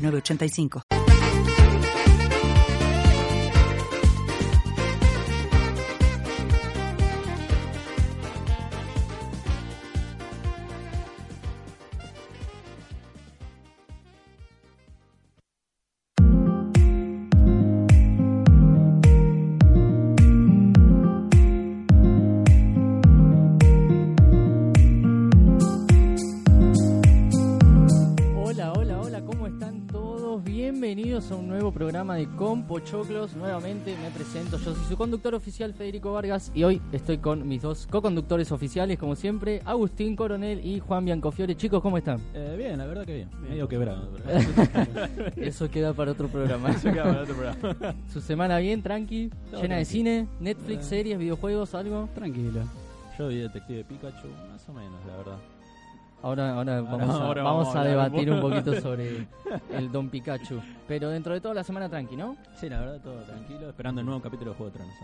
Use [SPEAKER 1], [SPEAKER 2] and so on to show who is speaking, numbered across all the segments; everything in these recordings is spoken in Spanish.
[SPEAKER 1] 985.
[SPEAKER 2] bienvenidos a un nuevo programa de Compochoclos. Nuevamente me presento, yo soy su conductor oficial Federico Vargas y hoy estoy con mis dos co-conductores oficiales, como siempre, Agustín Coronel y Juan Biancofiore. Chicos, ¿cómo están?
[SPEAKER 3] Eh, bien, la verdad que bien. bien. Medio quebrado.
[SPEAKER 2] Eso queda para otro programa.
[SPEAKER 3] Eso queda para otro programa.
[SPEAKER 2] su semana bien, tranqui, Todo llena tranqui. de cine, Netflix, eh. series, videojuegos, algo.
[SPEAKER 3] Tranquilo. Yo vi Detective Pikachu, más o menos, la verdad.
[SPEAKER 2] Ahora, ahora, ahora, vamos, a, ahora vamos, vamos, a, debatir un poquito sobre el Don Pikachu. Pero dentro de toda la semana tranqui, ¿no?
[SPEAKER 3] Sí, la verdad, todo tranquilo. Esperando el nuevo capítulo de Juego de Tronos.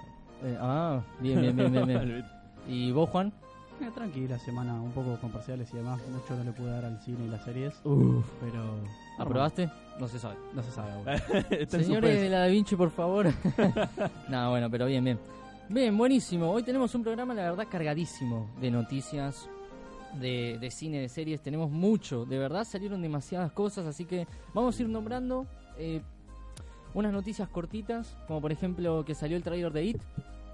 [SPEAKER 2] Eh, ah, bien, bien, bien, bien, bien. ¿Y vos, Juan?
[SPEAKER 4] Eh, tranqui, la semana un poco con parciales y demás. Mucho no le pude dar al cine y las series.
[SPEAKER 2] Uf, pero... ¿Aprobaste? No se sabe.
[SPEAKER 4] No se sabe aún.
[SPEAKER 2] Señores de la Da Vinci, por favor. Nada, bueno, pero bien, bien. Bien, buenísimo. Hoy tenemos un programa, la verdad, cargadísimo de noticias, de, de, cine, de series, tenemos mucho. De verdad salieron demasiadas cosas, así que vamos a ir nombrando eh, unas noticias cortitas, como por ejemplo que salió el trailer de It.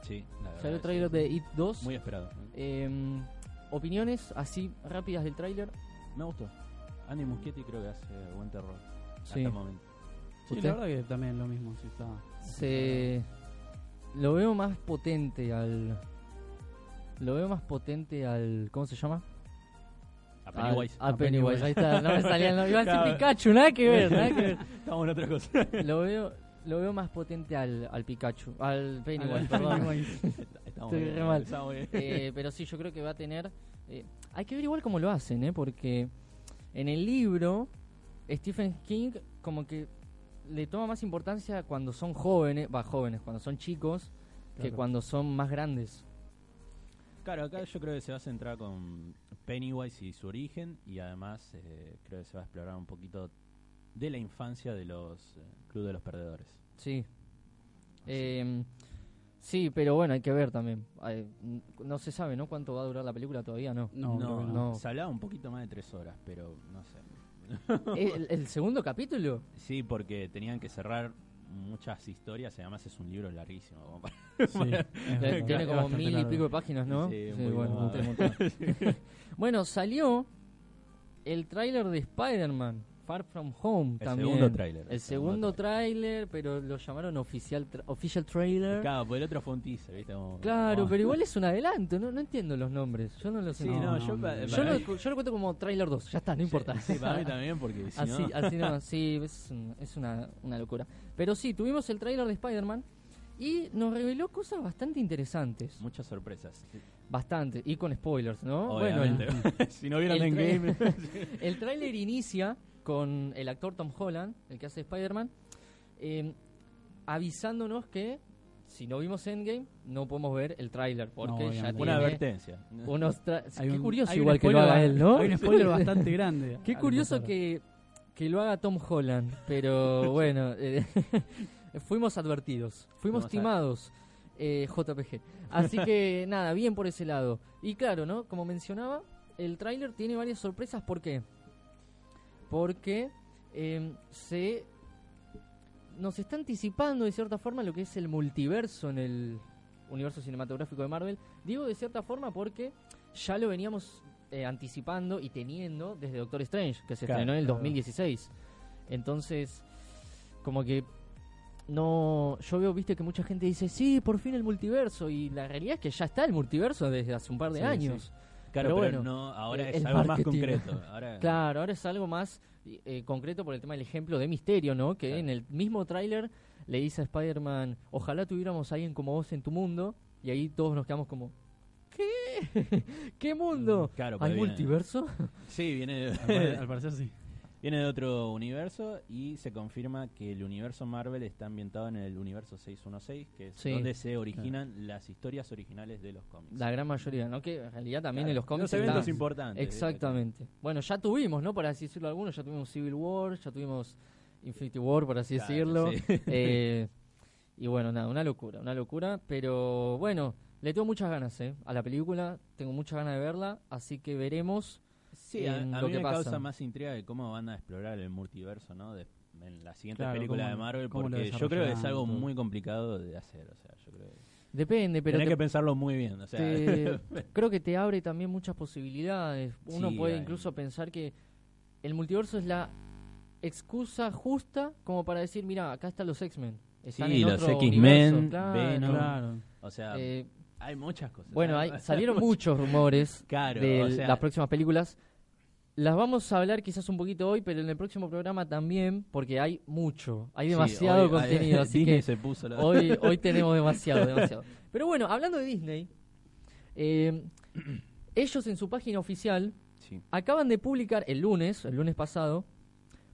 [SPEAKER 3] Sí, la verdad
[SPEAKER 2] Salió el trailer sí. de It 2.
[SPEAKER 3] Muy esperado.
[SPEAKER 2] Eh, opiniones así rápidas del trailer.
[SPEAKER 3] Me gustó. Andy Muschietti creo que hace buen terror sí. hasta el momento.
[SPEAKER 4] Sí, ¿Usted? la verdad que también lo mismo. Si está,
[SPEAKER 2] Se... Lo veo más potente al... Lo veo más potente al... ¿Cómo se llama?
[SPEAKER 3] A Pennywise.
[SPEAKER 2] A, a Pennywise. Pennywise, ahí está. No me salía no, Iba a decir Pikachu, nada que ver, nada que ver.
[SPEAKER 3] Estamos en otra cosa.
[SPEAKER 2] Lo veo, lo veo más potente al, al Pikachu, al Pennywise, al perdón. Pennywise. Estamos Estoy bien, mal. Estamos bien. Eh, pero sí, yo creo que va a tener... Eh, hay que ver igual cómo lo hacen, ¿eh? Porque en el libro, Stephen King como que le toma más importancia cuando son jóvenes, va, jóvenes, cuando son chicos, claro. que cuando son más grandes.
[SPEAKER 3] Claro, acá yo creo que se va a centrar con Pennywise y su origen y además eh, creo que se va a explorar un poquito de la infancia de los eh, Club de los Perdedores.
[SPEAKER 2] Sí. Eh, sí, pero bueno, hay que ver también. no se sabe, ¿no? ¿Cuánto va a durar la película todavía? No.
[SPEAKER 3] No, no, no. Se hablaba un poquito más de tres horas, pero no sé.
[SPEAKER 2] Eh, ¿El, ¿El segundo capítulo?
[SPEAKER 3] Sí, porque tenían que cerrar muchas historias y además es un libro larguísimo. Como para sí,
[SPEAKER 2] para Eh, tiene como mil y largo. pico de páginas, ¿no?
[SPEAKER 3] Sí, sí bueno,
[SPEAKER 2] bueno, salió el tráiler de Spider-Man, Far From Home
[SPEAKER 3] el
[SPEAKER 2] también.
[SPEAKER 3] Segundo trailer,
[SPEAKER 2] el, el segundo tráiler. El segundo tráiler, pero lo llamaron oficial tra official trailer.
[SPEAKER 3] Claro, porque el otro fue un teaser, ¿viste? Como,
[SPEAKER 2] claro, oh. pero igual es un adelanto, no, no entiendo los nombres. Yo no los
[SPEAKER 3] sí, no, no, yo, eh,
[SPEAKER 2] para, yo, para lo, yo, lo, cuento como trailer 2, ya está, no importa.
[SPEAKER 3] Sí, para mí también, porque si
[SPEAKER 2] así, así no, sí, es, es una, una locura. Pero sí, tuvimos el tráiler de Spider-Man y nos reveló cosas bastante interesantes.
[SPEAKER 3] Muchas sorpresas.
[SPEAKER 2] Bastante, y con spoilers, ¿no?
[SPEAKER 3] Obviamente. Oh, Bueno, el, si no vieron en game.
[SPEAKER 2] el tráiler inicia con el actor Tom Holland, el que hace Spider-Man, eh, avisándonos que si no vimos Endgame, no podemos ver el tráiler, porque no, ya tiene
[SPEAKER 3] una advertencia.
[SPEAKER 2] Unos hay un, Qué curioso hay igual que lo haga él, ¿no?
[SPEAKER 4] Hay un spoiler bastante grande.
[SPEAKER 2] Qué curioso que, que lo haga Tom Holland, pero bueno, eh, fuimos advertidos, fuimos timados. Eh, JPG. Así que nada, bien por ese lado. Y claro, ¿no? Como mencionaba, el tráiler tiene varias sorpresas. ¿Por qué? porque eh, se nos está anticipando de cierta forma lo que es el multiverso en el universo cinematográfico de Marvel. Digo de cierta forma porque ya lo veníamos eh, anticipando y teniendo desde Doctor Strange, que se claro, estrenó en el claro. 2016. Entonces, como que no yo veo viste que mucha gente dice sí por fin el multiverso y la realidad es que ya está el multiverso desde hace un par de sí, años sí.
[SPEAKER 3] Claro,
[SPEAKER 2] Pero
[SPEAKER 3] pero,
[SPEAKER 2] bueno,
[SPEAKER 3] no, ahora
[SPEAKER 2] eh,
[SPEAKER 3] es
[SPEAKER 2] el
[SPEAKER 3] algo más
[SPEAKER 2] marketing.
[SPEAKER 3] concreto. Ahora,
[SPEAKER 2] Claro, ahora es algo más eh, concreto por el tema del ejemplo de Misterio, ¿no? Que
[SPEAKER 3] Claro.
[SPEAKER 2] en el mismo tráiler le dice a Spider-Man, ojalá tuviéramos a alguien como vos en tu mundo, y ahí todos nos quedamos como, ¿qué? ¿Qué mundo?
[SPEAKER 3] Mm, claro,
[SPEAKER 2] ¿Hay
[SPEAKER 3] pero viene-
[SPEAKER 2] multiverso?
[SPEAKER 3] Sí, viene
[SPEAKER 4] Al pare-
[SPEAKER 3] de,
[SPEAKER 4] al parecer sí.
[SPEAKER 3] viene de otro universo y se confirma que el universo Marvel está ambientado en el universo 616, que es
[SPEAKER 2] Sí.
[SPEAKER 3] donde se originan las historias originales de los cómics.
[SPEAKER 2] La gran mayoría, ¿no? Que en realidad también
[SPEAKER 3] Claro,
[SPEAKER 2] en los cómics
[SPEAKER 3] Los eventos
[SPEAKER 2] están-
[SPEAKER 3] importantes. ¿viste?
[SPEAKER 2] Exactamente. Bueno, ya tuvimos, ¿no? Por así decirlo algunos, ya tuvimos Civil War, ya tuvimos Infinity War, por así
[SPEAKER 3] Claro,
[SPEAKER 2] decirlo.
[SPEAKER 3] sí.
[SPEAKER 2] Eh, y bueno, nada, una locura, una locura. Pero bueno, le tengo muchas ganas, ¿eh? A la película, tengo muchas ganas de verla, así que veremos.
[SPEAKER 3] Sí, a, a
[SPEAKER 2] en
[SPEAKER 3] mí
[SPEAKER 2] lo que
[SPEAKER 3] me
[SPEAKER 2] pasa.
[SPEAKER 3] causa más intriga de cómo van a explorar el multiverso, ¿no? De- en la siguiente
[SPEAKER 4] Claro,
[SPEAKER 3] película
[SPEAKER 4] cómo-
[SPEAKER 3] de Marvel,
[SPEAKER 4] cómo lo
[SPEAKER 3] porque yo creo que es algo
[SPEAKER 4] desarrollan,
[SPEAKER 3] muy complicado de hacer, o sea, yo creo que...
[SPEAKER 2] Depende, pero
[SPEAKER 3] Tenés
[SPEAKER 2] te-
[SPEAKER 3] que pensarlo muy bien, o sea...
[SPEAKER 2] te- creo que te abre también muchas posibilidades. Uno
[SPEAKER 3] Sí,
[SPEAKER 2] puede
[SPEAKER 3] hay-
[SPEAKER 2] incluso pensar que el multiverso es la excusa justa como para decir, mira, acá están los X-Men. Están
[SPEAKER 3] Sí,
[SPEAKER 2] en
[SPEAKER 3] los
[SPEAKER 2] otro
[SPEAKER 3] X-Men,
[SPEAKER 2] universo". Claro,
[SPEAKER 3] Venom.
[SPEAKER 4] Claro.
[SPEAKER 3] o sea,
[SPEAKER 2] eh,
[SPEAKER 3] hay muchas cosas.
[SPEAKER 2] bueno,
[SPEAKER 3] hay-
[SPEAKER 2] hay- salieron muchos rumores
[SPEAKER 3] Claro,
[SPEAKER 2] de
[SPEAKER 3] o sea,
[SPEAKER 2] las próximas películas. Las vamos a hablar quizás un poquito hoy, pero en el próximo programa también, porque hay mucho, hay
[SPEAKER 3] sí,
[SPEAKER 2] demasiado
[SPEAKER 3] hoy-
[SPEAKER 2] contenido, así
[SPEAKER 3] Disney
[SPEAKER 2] que
[SPEAKER 3] se puso la-
[SPEAKER 2] hoy, hoy tenemos demasiado, demasiado. Pero bueno, hablando de Disney, eh, ellos en su página oficial
[SPEAKER 3] Sí.
[SPEAKER 2] acaban de publicar el lunes, el lunes pasado,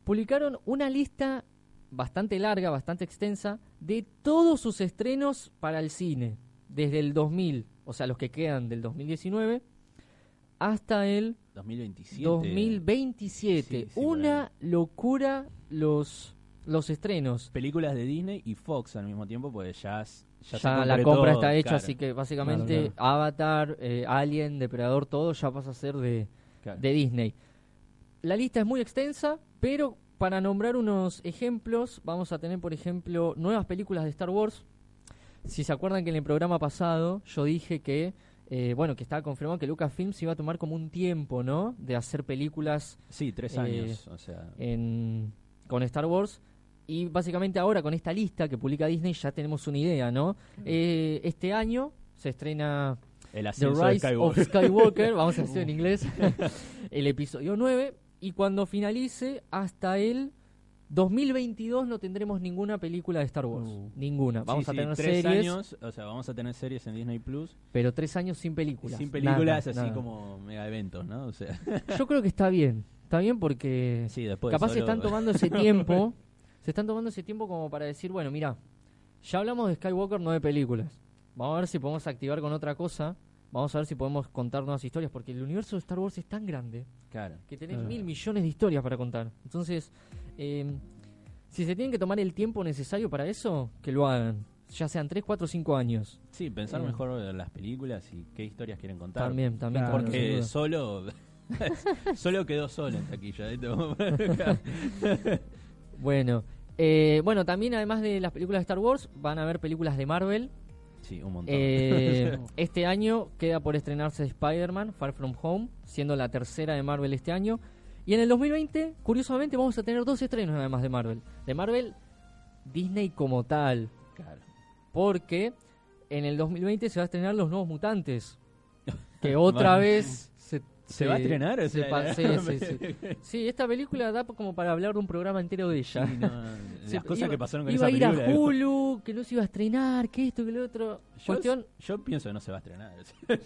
[SPEAKER 2] publicaron una lista bastante larga, bastante extensa, de todos sus estrenos para el cine, desde el 2000, o sea, los que quedan del 2019, hasta el
[SPEAKER 3] 2027.
[SPEAKER 2] 2027.
[SPEAKER 3] Sí, sí,
[SPEAKER 2] una locura los, los estrenos.
[SPEAKER 3] Películas de Disney y Fox al mismo tiempo, porque ya, s-
[SPEAKER 2] Ya,
[SPEAKER 3] ya, se
[SPEAKER 2] la
[SPEAKER 3] concretó,
[SPEAKER 2] compra está hecha,
[SPEAKER 3] claro,
[SPEAKER 2] así que básicamente
[SPEAKER 4] Claro,
[SPEAKER 2] Avatar, eh, Alien, Depredador, todo ya pasa a ser de,
[SPEAKER 3] claro.
[SPEAKER 2] de Disney. La lista es muy extensa, pero para nombrar unos ejemplos, vamos a tener, por ejemplo, nuevas películas de Star Wars. Si se acuerdan que en el programa pasado yo dije que, eh, bueno, que estaba confirmado que Lucasfilm se iba a tomar como un tiempo, ¿no? De hacer películas
[SPEAKER 3] Sí, tres
[SPEAKER 2] Eh,
[SPEAKER 3] años, o sea...
[SPEAKER 2] en- con Star Wars. Y básicamente ahora con esta lista que publica Disney ya tenemos una idea, ¿no? Eh, este año se estrena
[SPEAKER 3] El
[SPEAKER 2] The
[SPEAKER 3] ascenso de
[SPEAKER 2] Rise
[SPEAKER 3] Skywalker.
[SPEAKER 2] of Skywalker, vamos a decir en inglés, el episodio 9, y cuando finalice hasta el 2022 no tendremos ninguna película de Star Wars,
[SPEAKER 4] Uh.
[SPEAKER 2] ninguna. Vamos
[SPEAKER 3] Sí,
[SPEAKER 2] a
[SPEAKER 3] sí,
[SPEAKER 2] tener
[SPEAKER 3] tres
[SPEAKER 2] series,
[SPEAKER 3] años, o sea, vamos a tener series en Disney Plus.
[SPEAKER 2] pero tres años sin películas.
[SPEAKER 3] Sin películas,
[SPEAKER 2] Nada,
[SPEAKER 3] así
[SPEAKER 2] nada.
[SPEAKER 3] como mega eventos, ¿no? O sea,
[SPEAKER 2] Yo creo que está bien, está bien porque
[SPEAKER 3] sí, después.
[SPEAKER 2] capaz se
[SPEAKER 3] solo-
[SPEAKER 2] están tomando ese tiempo, se están tomando ese tiempo como para decir, bueno, mira, ya hablamos de Skywalker, no de películas. Vamos a ver si podemos activar con otra cosa. Vamos a ver si podemos contar nuevas historias, porque el universo de Star Wars es tan grande
[SPEAKER 3] Claro.
[SPEAKER 2] que tenés
[SPEAKER 4] Claro.
[SPEAKER 2] mil millones de historias para contar. Entonces, eh, si se tienen que tomar el tiempo necesario para eso, que lo hagan. Ya sean 3, 4, 5 años.
[SPEAKER 3] Sí, pensar
[SPEAKER 2] Eh.
[SPEAKER 3] mejor en las películas y qué historias quieren contar.
[SPEAKER 2] También, también.
[SPEAKER 4] Claro,
[SPEAKER 2] también, sin
[SPEAKER 3] Porque
[SPEAKER 2] duda.
[SPEAKER 3] solo. solo quedó solo en taquilla. ¿eh? Como-
[SPEAKER 2] Bueno, eh, bueno, también además de las películas de Star Wars, van a haber películas de Marvel.
[SPEAKER 3] sí, un montón.
[SPEAKER 2] Eh, este año queda por estrenarse Spider-Man, Far From Home, siendo la tercera de Marvel este año. Y en el 2020, curiosamente, vamos a tener dos estrenos además de Marvel. De Marvel, Disney como tal.
[SPEAKER 3] Claro.
[SPEAKER 2] porque en el 2020 se va a estrenar Los Nuevos Mutantes. Que otra
[SPEAKER 3] Bueno.
[SPEAKER 2] vez se,
[SPEAKER 3] ¿Se va a estrenar? O
[SPEAKER 2] se
[SPEAKER 3] sea,
[SPEAKER 2] pa- sí, sí, sí. Sí, esta película da como para hablar de un programa entero de ella.
[SPEAKER 3] Sí, no, no, no.
[SPEAKER 2] Sí,
[SPEAKER 3] las cosas
[SPEAKER 2] iba-
[SPEAKER 3] que pasaron con
[SPEAKER 2] iba
[SPEAKER 3] esa
[SPEAKER 2] a ir
[SPEAKER 3] película.
[SPEAKER 2] a Hulu, que no se iba a estrenar, que esto, que lo otro.
[SPEAKER 3] Yo,
[SPEAKER 2] Cuestión,
[SPEAKER 3] yo pienso que no se va a estrenar.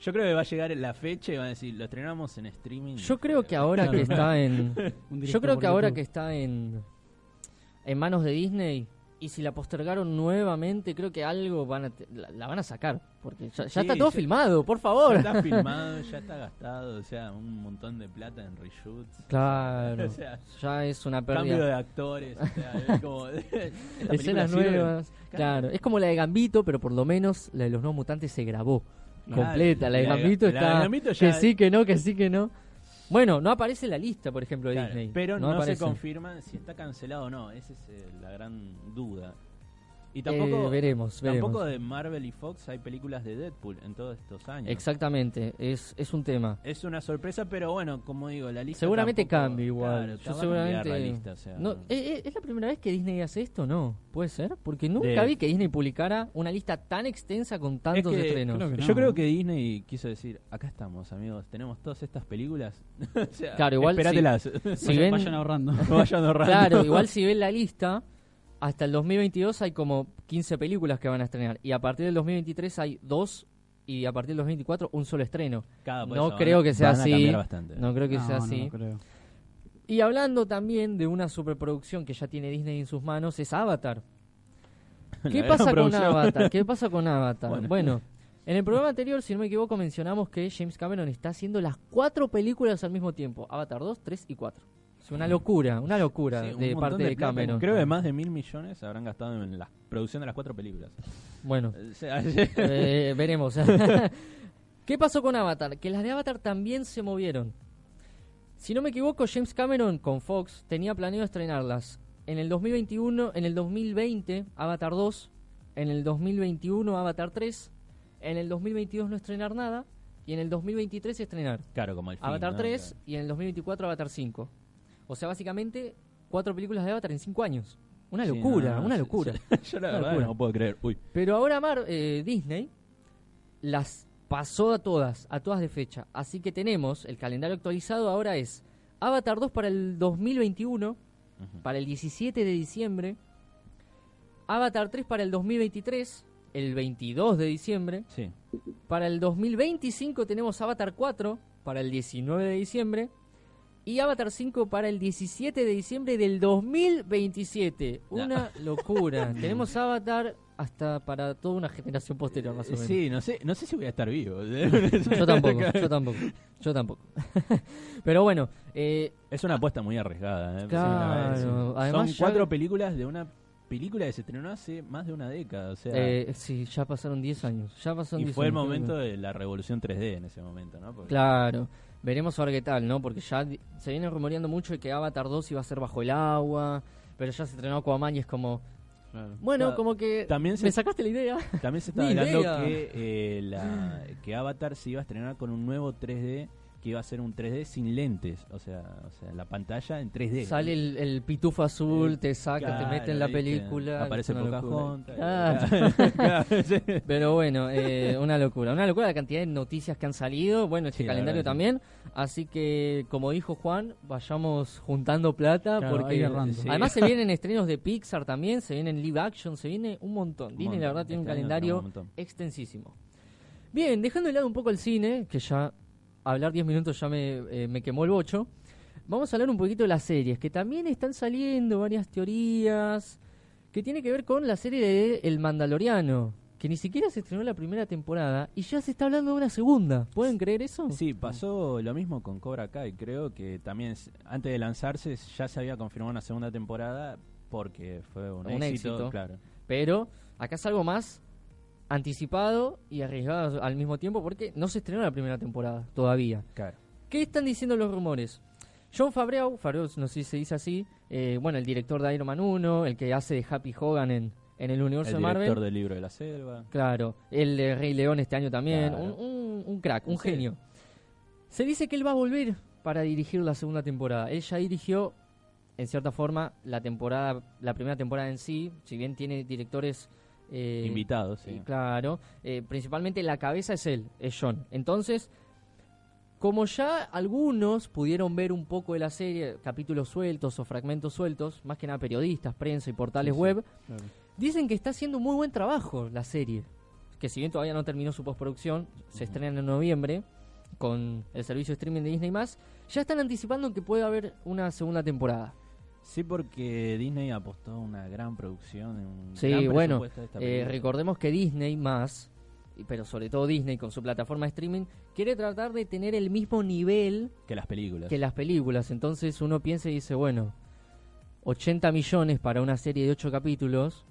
[SPEAKER 3] yo creo que va a llegar la fecha y van a decir, lo estrenamos en streaming.
[SPEAKER 2] mm, yo creo que ahora que está en,
[SPEAKER 4] Un
[SPEAKER 2] yo
[SPEAKER 4] directo
[SPEAKER 2] creo
[SPEAKER 4] por
[SPEAKER 2] que ahora
[SPEAKER 4] YouTube.
[SPEAKER 2] que está en en manos de Disney y si la postergaron nuevamente, creo que algo van a te- la, la van a sacar, porque ya, ya
[SPEAKER 3] Sí,
[SPEAKER 2] está todo
[SPEAKER 3] ya-
[SPEAKER 2] filmado, por
[SPEAKER 3] Ya
[SPEAKER 2] favor.
[SPEAKER 3] está filmado, ya está gastado, o sea, un montón de plata en reshoots.
[SPEAKER 2] Claro.
[SPEAKER 3] O sea,
[SPEAKER 2] Ya es una
[SPEAKER 3] cambio
[SPEAKER 2] pérdida.
[SPEAKER 3] de actores, o sea, es como... esta película
[SPEAKER 2] Escenas
[SPEAKER 3] sirve.
[SPEAKER 2] nuevas. Claro. Es como la de Gambito, pero por lo menos la de los no mutantes se grabó.
[SPEAKER 3] Claro.
[SPEAKER 2] Completa. La de
[SPEAKER 3] La de-
[SPEAKER 2] Gambito
[SPEAKER 3] la de
[SPEAKER 2] está.
[SPEAKER 3] Gambito ya-
[SPEAKER 2] Que sí, que no, que sí, que no. Bueno, no aparece en la lista, por ejemplo, de
[SPEAKER 3] Claro,
[SPEAKER 2] Disney.
[SPEAKER 3] Pero no, se
[SPEAKER 2] aparece.
[SPEAKER 3] confirma si está cancelado o no, esa es eh, la gran duda. Y tampoco,
[SPEAKER 2] Eh, veremos, veremos.
[SPEAKER 3] tampoco de Marvel y Fox hay películas de Deadpool en todos estos años.
[SPEAKER 2] Exactamente, es, es un tema.
[SPEAKER 3] Es una sorpresa, pero bueno, como digo, la lista.
[SPEAKER 2] Seguramente
[SPEAKER 3] tampoco-
[SPEAKER 2] cambie igual.
[SPEAKER 3] Claro,
[SPEAKER 2] Yo
[SPEAKER 3] tarda en
[SPEAKER 2] seguramente.
[SPEAKER 3] cambiar la lista, o sea,
[SPEAKER 2] No,
[SPEAKER 3] no-
[SPEAKER 2] ¿eh, eh, ¿Es la primera vez que Disney hace esto? No, puede ser. Porque nunca
[SPEAKER 3] De-
[SPEAKER 2] vi que Disney publicara una lista tan extensa con tantos
[SPEAKER 3] que
[SPEAKER 2] estrenos.
[SPEAKER 4] creo que-
[SPEAKER 3] Yo
[SPEAKER 4] no.
[SPEAKER 3] creo que Disney quiso decir: Acá estamos, amigos, tenemos todas estas películas. o sea,
[SPEAKER 2] Claro, igual sí.
[SPEAKER 3] Espératelas.
[SPEAKER 2] Si
[SPEAKER 4] vayan,
[SPEAKER 2] ven-
[SPEAKER 4] vayan ahorrando.
[SPEAKER 3] Vayan ahorrando.
[SPEAKER 2] Claro, igual si ven la lista, hasta el 2022 hay como 15 películas que van a estrenar. Y a partir del 2023 hay dos. Y a partir del 2024 un solo estreno.
[SPEAKER 3] Cada- pues por
[SPEAKER 2] no
[SPEAKER 3] eso
[SPEAKER 2] creo
[SPEAKER 3] van-
[SPEAKER 2] que sea
[SPEAKER 3] van a
[SPEAKER 2] así.
[SPEAKER 3] cambiar bastante.
[SPEAKER 2] No creo que
[SPEAKER 4] No,
[SPEAKER 2] sea
[SPEAKER 4] no,
[SPEAKER 2] así.
[SPEAKER 4] no creo.
[SPEAKER 2] Y hablando también de una superproducción que ya tiene Disney en sus manos, es Avatar.
[SPEAKER 3] La
[SPEAKER 2] ¿Qué
[SPEAKER 3] gran
[SPEAKER 2] pasa con
[SPEAKER 3] producción.
[SPEAKER 2] Avatar? ¿Qué pasa con Avatar?
[SPEAKER 3] Bueno.
[SPEAKER 2] Bueno. en el programa anterior, si no me equivoco, mencionamos que James Cameron está haciendo las cuatro películas al mismo tiempo. Avatar 2, 3 y 4. Es una locura, una locura
[SPEAKER 3] Sí, un
[SPEAKER 2] de
[SPEAKER 3] montón
[SPEAKER 2] parte de,
[SPEAKER 3] plata.
[SPEAKER 2] Cameron.
[SPEAKER 3] Creo que más de mil millones habrán gastado en la producción de las cuatro películas.
[SPEAKER 2] Bueno,
[SPEAKER 3] O sea,
[SPEAKER 2] eh, veremos. ¿Qué pasó con Avatar? Que las de Avatar también se movieron. Si no me equivoco, James Cameron con Fox tenía planeado estrenarlas en el 2021, en el 2020 Avatar 2, en el 2021 Avatar 3, en el 2022 no estrenar nada y en el 2023 estrenar
[SPEAKER 3] claro, como el fin,
[SPEAKER 2] Avatar
[SPEAKER 3] ¿no?
[SPEAKER 2] 3 y en el 2024 Avatar 5. O sea, básicamente cuatro películas de Avatar en cinco años. Una
[SPEAKER 3] Sí,
[SPEAKER 2] locura,
[SPEAKER 3] no, no,
[SPEAKER 2] una
[SPEAKER 3] sí,
[SPEAKER 2] locura.
[SPEAKER 3] sí. Yo la
[SPEAKER 2] Una
[SPEAKER 3] verdad
[SPEAKER 2] locura.
[SPEAKER 3] no puedo creer. Uy.
[SPEAKER 2] Pero ahora Mar, eh, Disney las pasó a todas, a todas de fecha. Así que tenemos el calendario actualizado ahora es Avatar 2 para el 2021,
[SPEAKER 3] Ujú.
[SPEAKER 2] para el 17 de diciembre, Avatar 3 para el 2023, el 22 de diciembre,
[SPEAKER 3] Sí.
[SPEAKER 2] para el 2025 tenemos Avatar 4 para el 19 de diciembre y Avatar 5 para el 17 de diciembre del 2027. Una locura. tenemos Avatar hasta para toda una generación posterior más o menos.
[SPEAKER 3] Sí, no sé, no sé si voy a estar vivo.
[SPEAKER 2] Yo tampoco, yo tampoco, yo tampoco. Pero bueno, eh,
[SPEAKER 3] Es una apuesta muy arriesgada. ¿eh?
[SPEAKER 2] Claro,
[SPEAKER 3] Sí, la verdad, sí.
[SPEAKER 2] además
[SPEAKER 3] Son
[SPEAKER 2] ya-
[SPEAKER 3] cuatro películas de una película que se estrenó hace más de una década. O sea,
[SPEAKER 2] eh, sí, ya pasaron 10 años. Ya pasaron
[SPEAKER 3] y
[SPEAKER 2] 10
[SPEAKER 3] fue el
[SPEAKER 2] años, creo
[SPEAKER 3] momento
[SPEAKER 2] que-
[SPEAKER 3] de la revolución 3D en ese momento, ¿no? Porque-
[SPEAKER 2] Claro. Veremos ahora qué tal, ¿no? Porque ya di- se viene rumoreando mucho de que Avatar 2 iba a ser bajo el agua, pero ya se estrenó Aquaman y es como... Bueno,
[SPEAKER 3] Claro.
[SPEAKER 2] como que
[SPEAKER 3] También se-
[SPEAKER 2] me sacaste la idea.
[SPEAKER 3] También se está
[SPEAKER 2] Ni
[SPEAKER 3] hablando
[SPEAKER 2] idea.
[SPEAKER 3] que, eh, la- que Avatar se iba a estrenar con un nuevo 3D que iba a ser un 3D sin lentes. O sea, o sea la pantalla en 3D.
[SPEAKER 2] Sale el, el pitufo azul, te saca,
[SPEAKER 3] Claro,
[SPEAKER 2] te mete en la
[SPEAKER 3] ¿viste?
[SPEAKER 2] película.
[SPEAKER 3] Aparece
[SPEAKER 2] es una locura. Ah.
[SPEAKER 3] Pocahontas.
[SPEAKER 2] Claro.
[SPEAKER 3] Claro, sí.
[SPEAKER 2] Pero bueno, eh, una locura. Una locura la cantidad de noticias que han salido. Bueno, este
[SPEAKER 3] Sí, la
[SPEAKER 2] calendario
[SPEAKER 3] verdad que
[SPEAKER 2] también. Así que, como dijo Juan, vayamos juntando plata.
[SPEAKER 4] Claro, ahí
[SPEAKER 2] porque
[SPEAKER 4] agarrando.
[SPEAKER 3] Sí.
[SPEAKER 2] además se vienen estrenos de Pixar también, se vienen live action, se viene un montón.
[SPEAKER 3] Un
[SPEAKER 2] Disney, la
[SPEAKER 3] montón.
[SPEAKER 2] verdad, tiene un
[SPEAKER 3] Este año
[SPEAKER 2] calendario
[SPEAKER 3] tenemos un montón.
[SPEAKER 2] extensísimo. Bien, dejando de lado un poco el cine, que ya hablar 10 minutos ya me, eh, me quemó el bocho. Vamos a hablar un poquito de las series, que también están saliendo varias teorías, que tiene que ver con la serie de El Mandaloriano, que ni siquiera se estrenó la primera temporada y ya se está hablando de una segunda. ¿Pueden creer eso?
[SPEAKER 3] Sí, pasó lo mismo con Cobra Kai. Creo que también s- antes de lanzarse ya se había confirmado una segunda temporada porque fue un,
[SPEAKER 2] Un
[SPEAKER 3] éxito,
[SPEAKER 2] éxito.
[SPEAKER 3] Claro.
[SPEAKER 2] Pero acá es algo más anticipado y arriesgado al mismo tiempo porque no se estrenó la primera temporada todavía.
[SPEAKER 3] claro.
[SPEAKER 2] ¿Qué están diciendo los rumores? John Favreau, Favreau no sé si se dice así, eh, bueno, el director de Iron Man 1, el que hace de Happy Hogan en, en el
[SPEAKER 3] El
[SPEAKER 2] universo de
[SPEAKER 3] director
[SPEAKER 2] Marvel.
[SPEAKER 3] del libro de la selva.
[SPEAKER 2] Claro, el de Rey León este año también,
[SPEAKER 3] Claro.
[SPEAKER 2] un, un- un crack, un
[SPEAKER 3] Sí.
[SPEAKER 2] genio. Se dice que él va a volver para dirigir la segunda temporada. Él ya dirigió, en cierta forma, la temporada, la primera temporada en sí, si bien tiene directores... eh,
[SPEAKER 3] Invitado, sí.
[SPEAKER 2] y claro, eh, principalmente la cabeza es él, es John. Entonces, como ya algunos pudieron ver un poco de la serie, capítulos sueltos o fragmentos sueltos, más que nada periodistas, prensa y portales
[SPEAKER 3] Sí, sí,
[SPEAKER 2] web,
[SPEAKER 4] claro.
[SPEAKER 2] dicen que está haciendo muy buen trabajo la serie. Que si bien todavía no terminó su postproducción, se estrena en noviembre con el servicio de streaming de Disney más, ya están anticipando que puede haber una segunda temporada.
[SPEAKER 3] Sí, porque Disney apostó a una gran producción. Un
[SPEAKER 2] Sí,
[SPEAKER 3] gran
[SPEAKER 2] bueno,
[SPEAKER 3] presupuesto a esta
[SPEAKER 2] eh,
[SPEAKER 3] película.
[SPEAKER 2] recordemos que Disney más, y- pero sobre todo Disney con su plataforma de streaming, quiere tratar de tener el mismo nivel
[SPEAKER 3] que las películas.
[SPEAKER 2] que las películas. Entonces uno piensa y dice, bueno, 80 millones para una serie de 8 capítulos,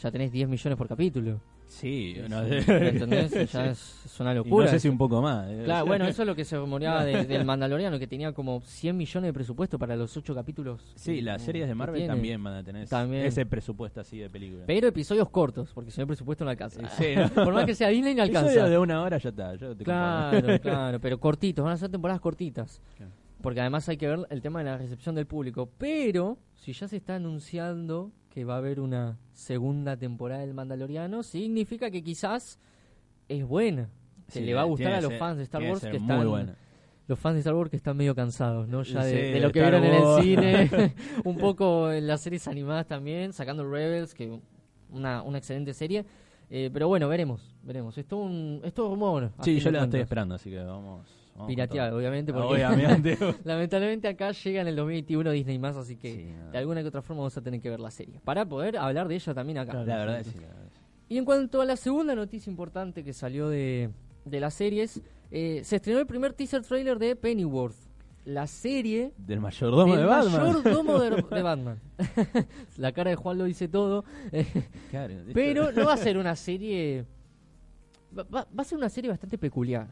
[SPEAKER 2] ya tenés 10 millones por capítulo.
[SPEAKER 3] Sí,
[SPEAKER 2] ¿Me
[SPEAKER 3] no,
[SPEAKER 2] entendés? Ya es, es una
[SPEAKER 3] Y no
[SPEAKER 2] locura.
[SPEAKER 3] sé si un poco más. eh,
[SPEAKER 2] Claro, bueno, eso es lo que se rumoreaba de- del Mandaloriano, que tenía como 100 millones de presupuesto para los 8 capítulos.
[SPEAKER 3] Sí,
[SPEAKER 2] que-
[SPEAKER 3] las series de
[SPEAKER 2] que
[SPEAKER 3] Marvel
[SPEAKER 2] tiene.
[SPEAKER 3] también van a tener
[SPEAKER 2] También.
[SPEAKER 3] ese presupuesto así de película.
[SPEAKER 2] Pero episodios cortos, porque si no hay presupuesto no alcanza.
[SPEAKER 3] Sí, ¿no?
[SPEAKER 2] Por más que sea Disney, no
[SPEAKER 3] Episodio
[SPEAKER 2] alcanza.
[SPEAKER 3] de una hora ya está. yo te
[SPEAKER 2] Claro, claro, pero cortitos, van a ser temporadas cortitas.
[SPEAKER 3] Claro.
[SPEAKER 2] Porque además hay que ver el tema de la recepción del público. Pero, si ya se está anunciando que va a haber una segunda temporada del Mandaloriano, significa que quizás es buena. Que
[SPEAKER 3] Sí,
[SPEAKER 2] le va a gustar
[SPEAKER 3] tiene
[SPEAKER 2] a los
[SPEAKER 3] ser-
[SPEAKER 2] fans de Star
[SPEAKER 3] tiene
[SPEAKER 2] Wars
[SPEAKER 3] ser
[SPEAKER 2] que
[SPEAKER 3] muy
[SPEAKER 2] están
[SPEAKER 3] buena.
[SPEAKER 2] los fans de Star Wars que están medio cansados, ¿no? Ya de,
[SPEAKER 3] Sí,
[SPEAKER 2] de
[SPEAKER 3] de
[SPEAKER 2] lo que
[SPEAKER 3] Star
[SPEAKER 2] vieron en el
[SPEAKER 3] Wars.
[SPEAKER 2] cine, un poco en las series animadas también, sacando Rebels, que una, una excelente serie. Eh, pero bueno, veremos, veremos. Es todo un, es todo rumor. a fin
[SPEAKER 3] Sí,
[SPEAKER 2] de
[SPEAKER 3] yo la estoy
[SPEAKER 2] cuentas.
[SPEAKER 3] esperando, así que vamos. vamos con
[SPEAKER 2] Pirateado,
[SPEAKER 3] todo.
[SPEAKER 2] Ah, obviamente, porque
[SPEAKER 3] Obviamente.
[SPEAKER 2] lamentablemente acá llega en el 2021 Disney más, así que
[SPEAKER 3] Sí, no.
[SPEAKER 2] de alguna que otra forma vamos a tener que ver la serie. Para poder hablar de ella también acá.
[SPEAKER 4] Claro.
[SPEAKER 3] La verdad es que sí, la verdad es que sí.
[SPEAKER 2] Y en cuanto a la segunda noticia importante que salió de, de las series, eh, se estrenó el primer teaser trailer de Pennyworth, la serie
[SPEAKER 3] Del mayordomo
[SPEAKER 2] del
[SPEAKER 3] de Batman.
[SPEAKER 2] mayordomo de, de Batman. la cara de Juan lo dice todo, eh,
[SPEAKER 3] Claro, esto-
[SPEAKER 2] pero no va a ser una serie... Va, va- va a ser una serie bastante peculiar.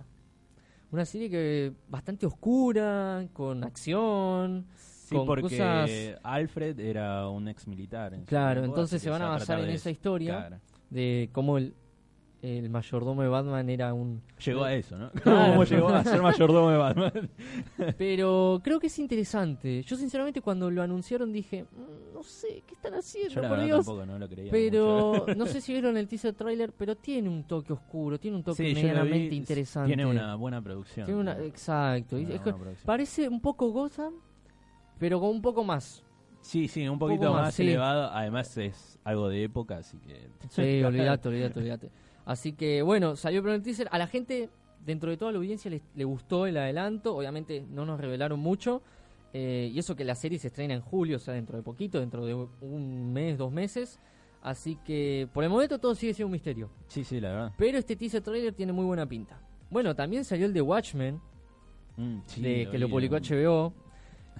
[SPEAKER 2] Una serie que bastante oscura, con acción,
[SPEAKER 3] Sí,
[SPEAKER 2] con
[SPEAKER 3] porque
[SPEAKER 2] cosas...
[SPEAKER 3] Alfred era un ex militar.
[SPEAKER 2] Claro, entonces se van a basar en esa historia de cómo el, el mayordomo de Batman era un...
[SPEAKER 3] Llegó a eso, ¿no?
[SPEAKER 2] Claro.
[SPEAKER 3] ¿Cómo llegó a ser mayordomo de Batman?
[SPEAKER 2] Pero creo que es interesante. Yo sinceramente cuando lo anunciaron dije, "Mm, no sé, ¿qué están haciendo?
[SPEAKER 3] Yo la
[SPEAKER 2] por
[SPEAKER 3] verdad
[SPEAKER 2] Dios?".
[SPEAKER 3] tampoco no lo creía. mucho.
[SPEAKER 2] Pero no sé si vieron el teaser trailer, pero tiene un toque oscuro, tiene un toque
[SPEAKER 3] Sí, yo lo vi,
[SPEAKER 2] medianamente interesante.
[SPEAKER 3] Tiene una buena producción.
[SPEAKER 2] Tiene una- exacto.
[SPEAKER 3] Tiene
[SPEAKER 2] Es
[SPEAKER 3] una
[SPEAKER 2] que
[SPEAKER 3] buena producción.
[SPEAKER 2] parece un poco Gotham, pero con un poco más.
[SPEAKER 3] Sí, sí, un poquito
[SPEAKER 2] poco más,
[SPEAKER 3] más,
[SPEAKER 2] sí.
[SPEAKER 3] elevado. Además es algo de época, así que...
[SPEAKER 2] Sí, olvídate, olvídate, olvídate. Así que bueno, salió el primer teaser. A la gente, dentro de toda la audiencia, le, le gustó el adelanto. Obviamente no nos revelaron mucho. Eh, y eso que la serie se estrena en julio, o sea, dentro de poquito, dentro de un mes, dos meses. Así que por el momento todo sigue siendo un misterio.
[SPEAKER 3] Sí, sí, la verdad.
[SPEAKER 2] Pero este teaser trailer tiene muy buena pinta. Bueno, también salió el de Watchmen,
[SPEAKER 3] Mm, sí,
[SPEAKER 2] de- que lo
[SPEAKER 3] vi,
[SPEAKER 2] publicó
[SPEAKER 3] vi.
[SPEAKER 2] HBO.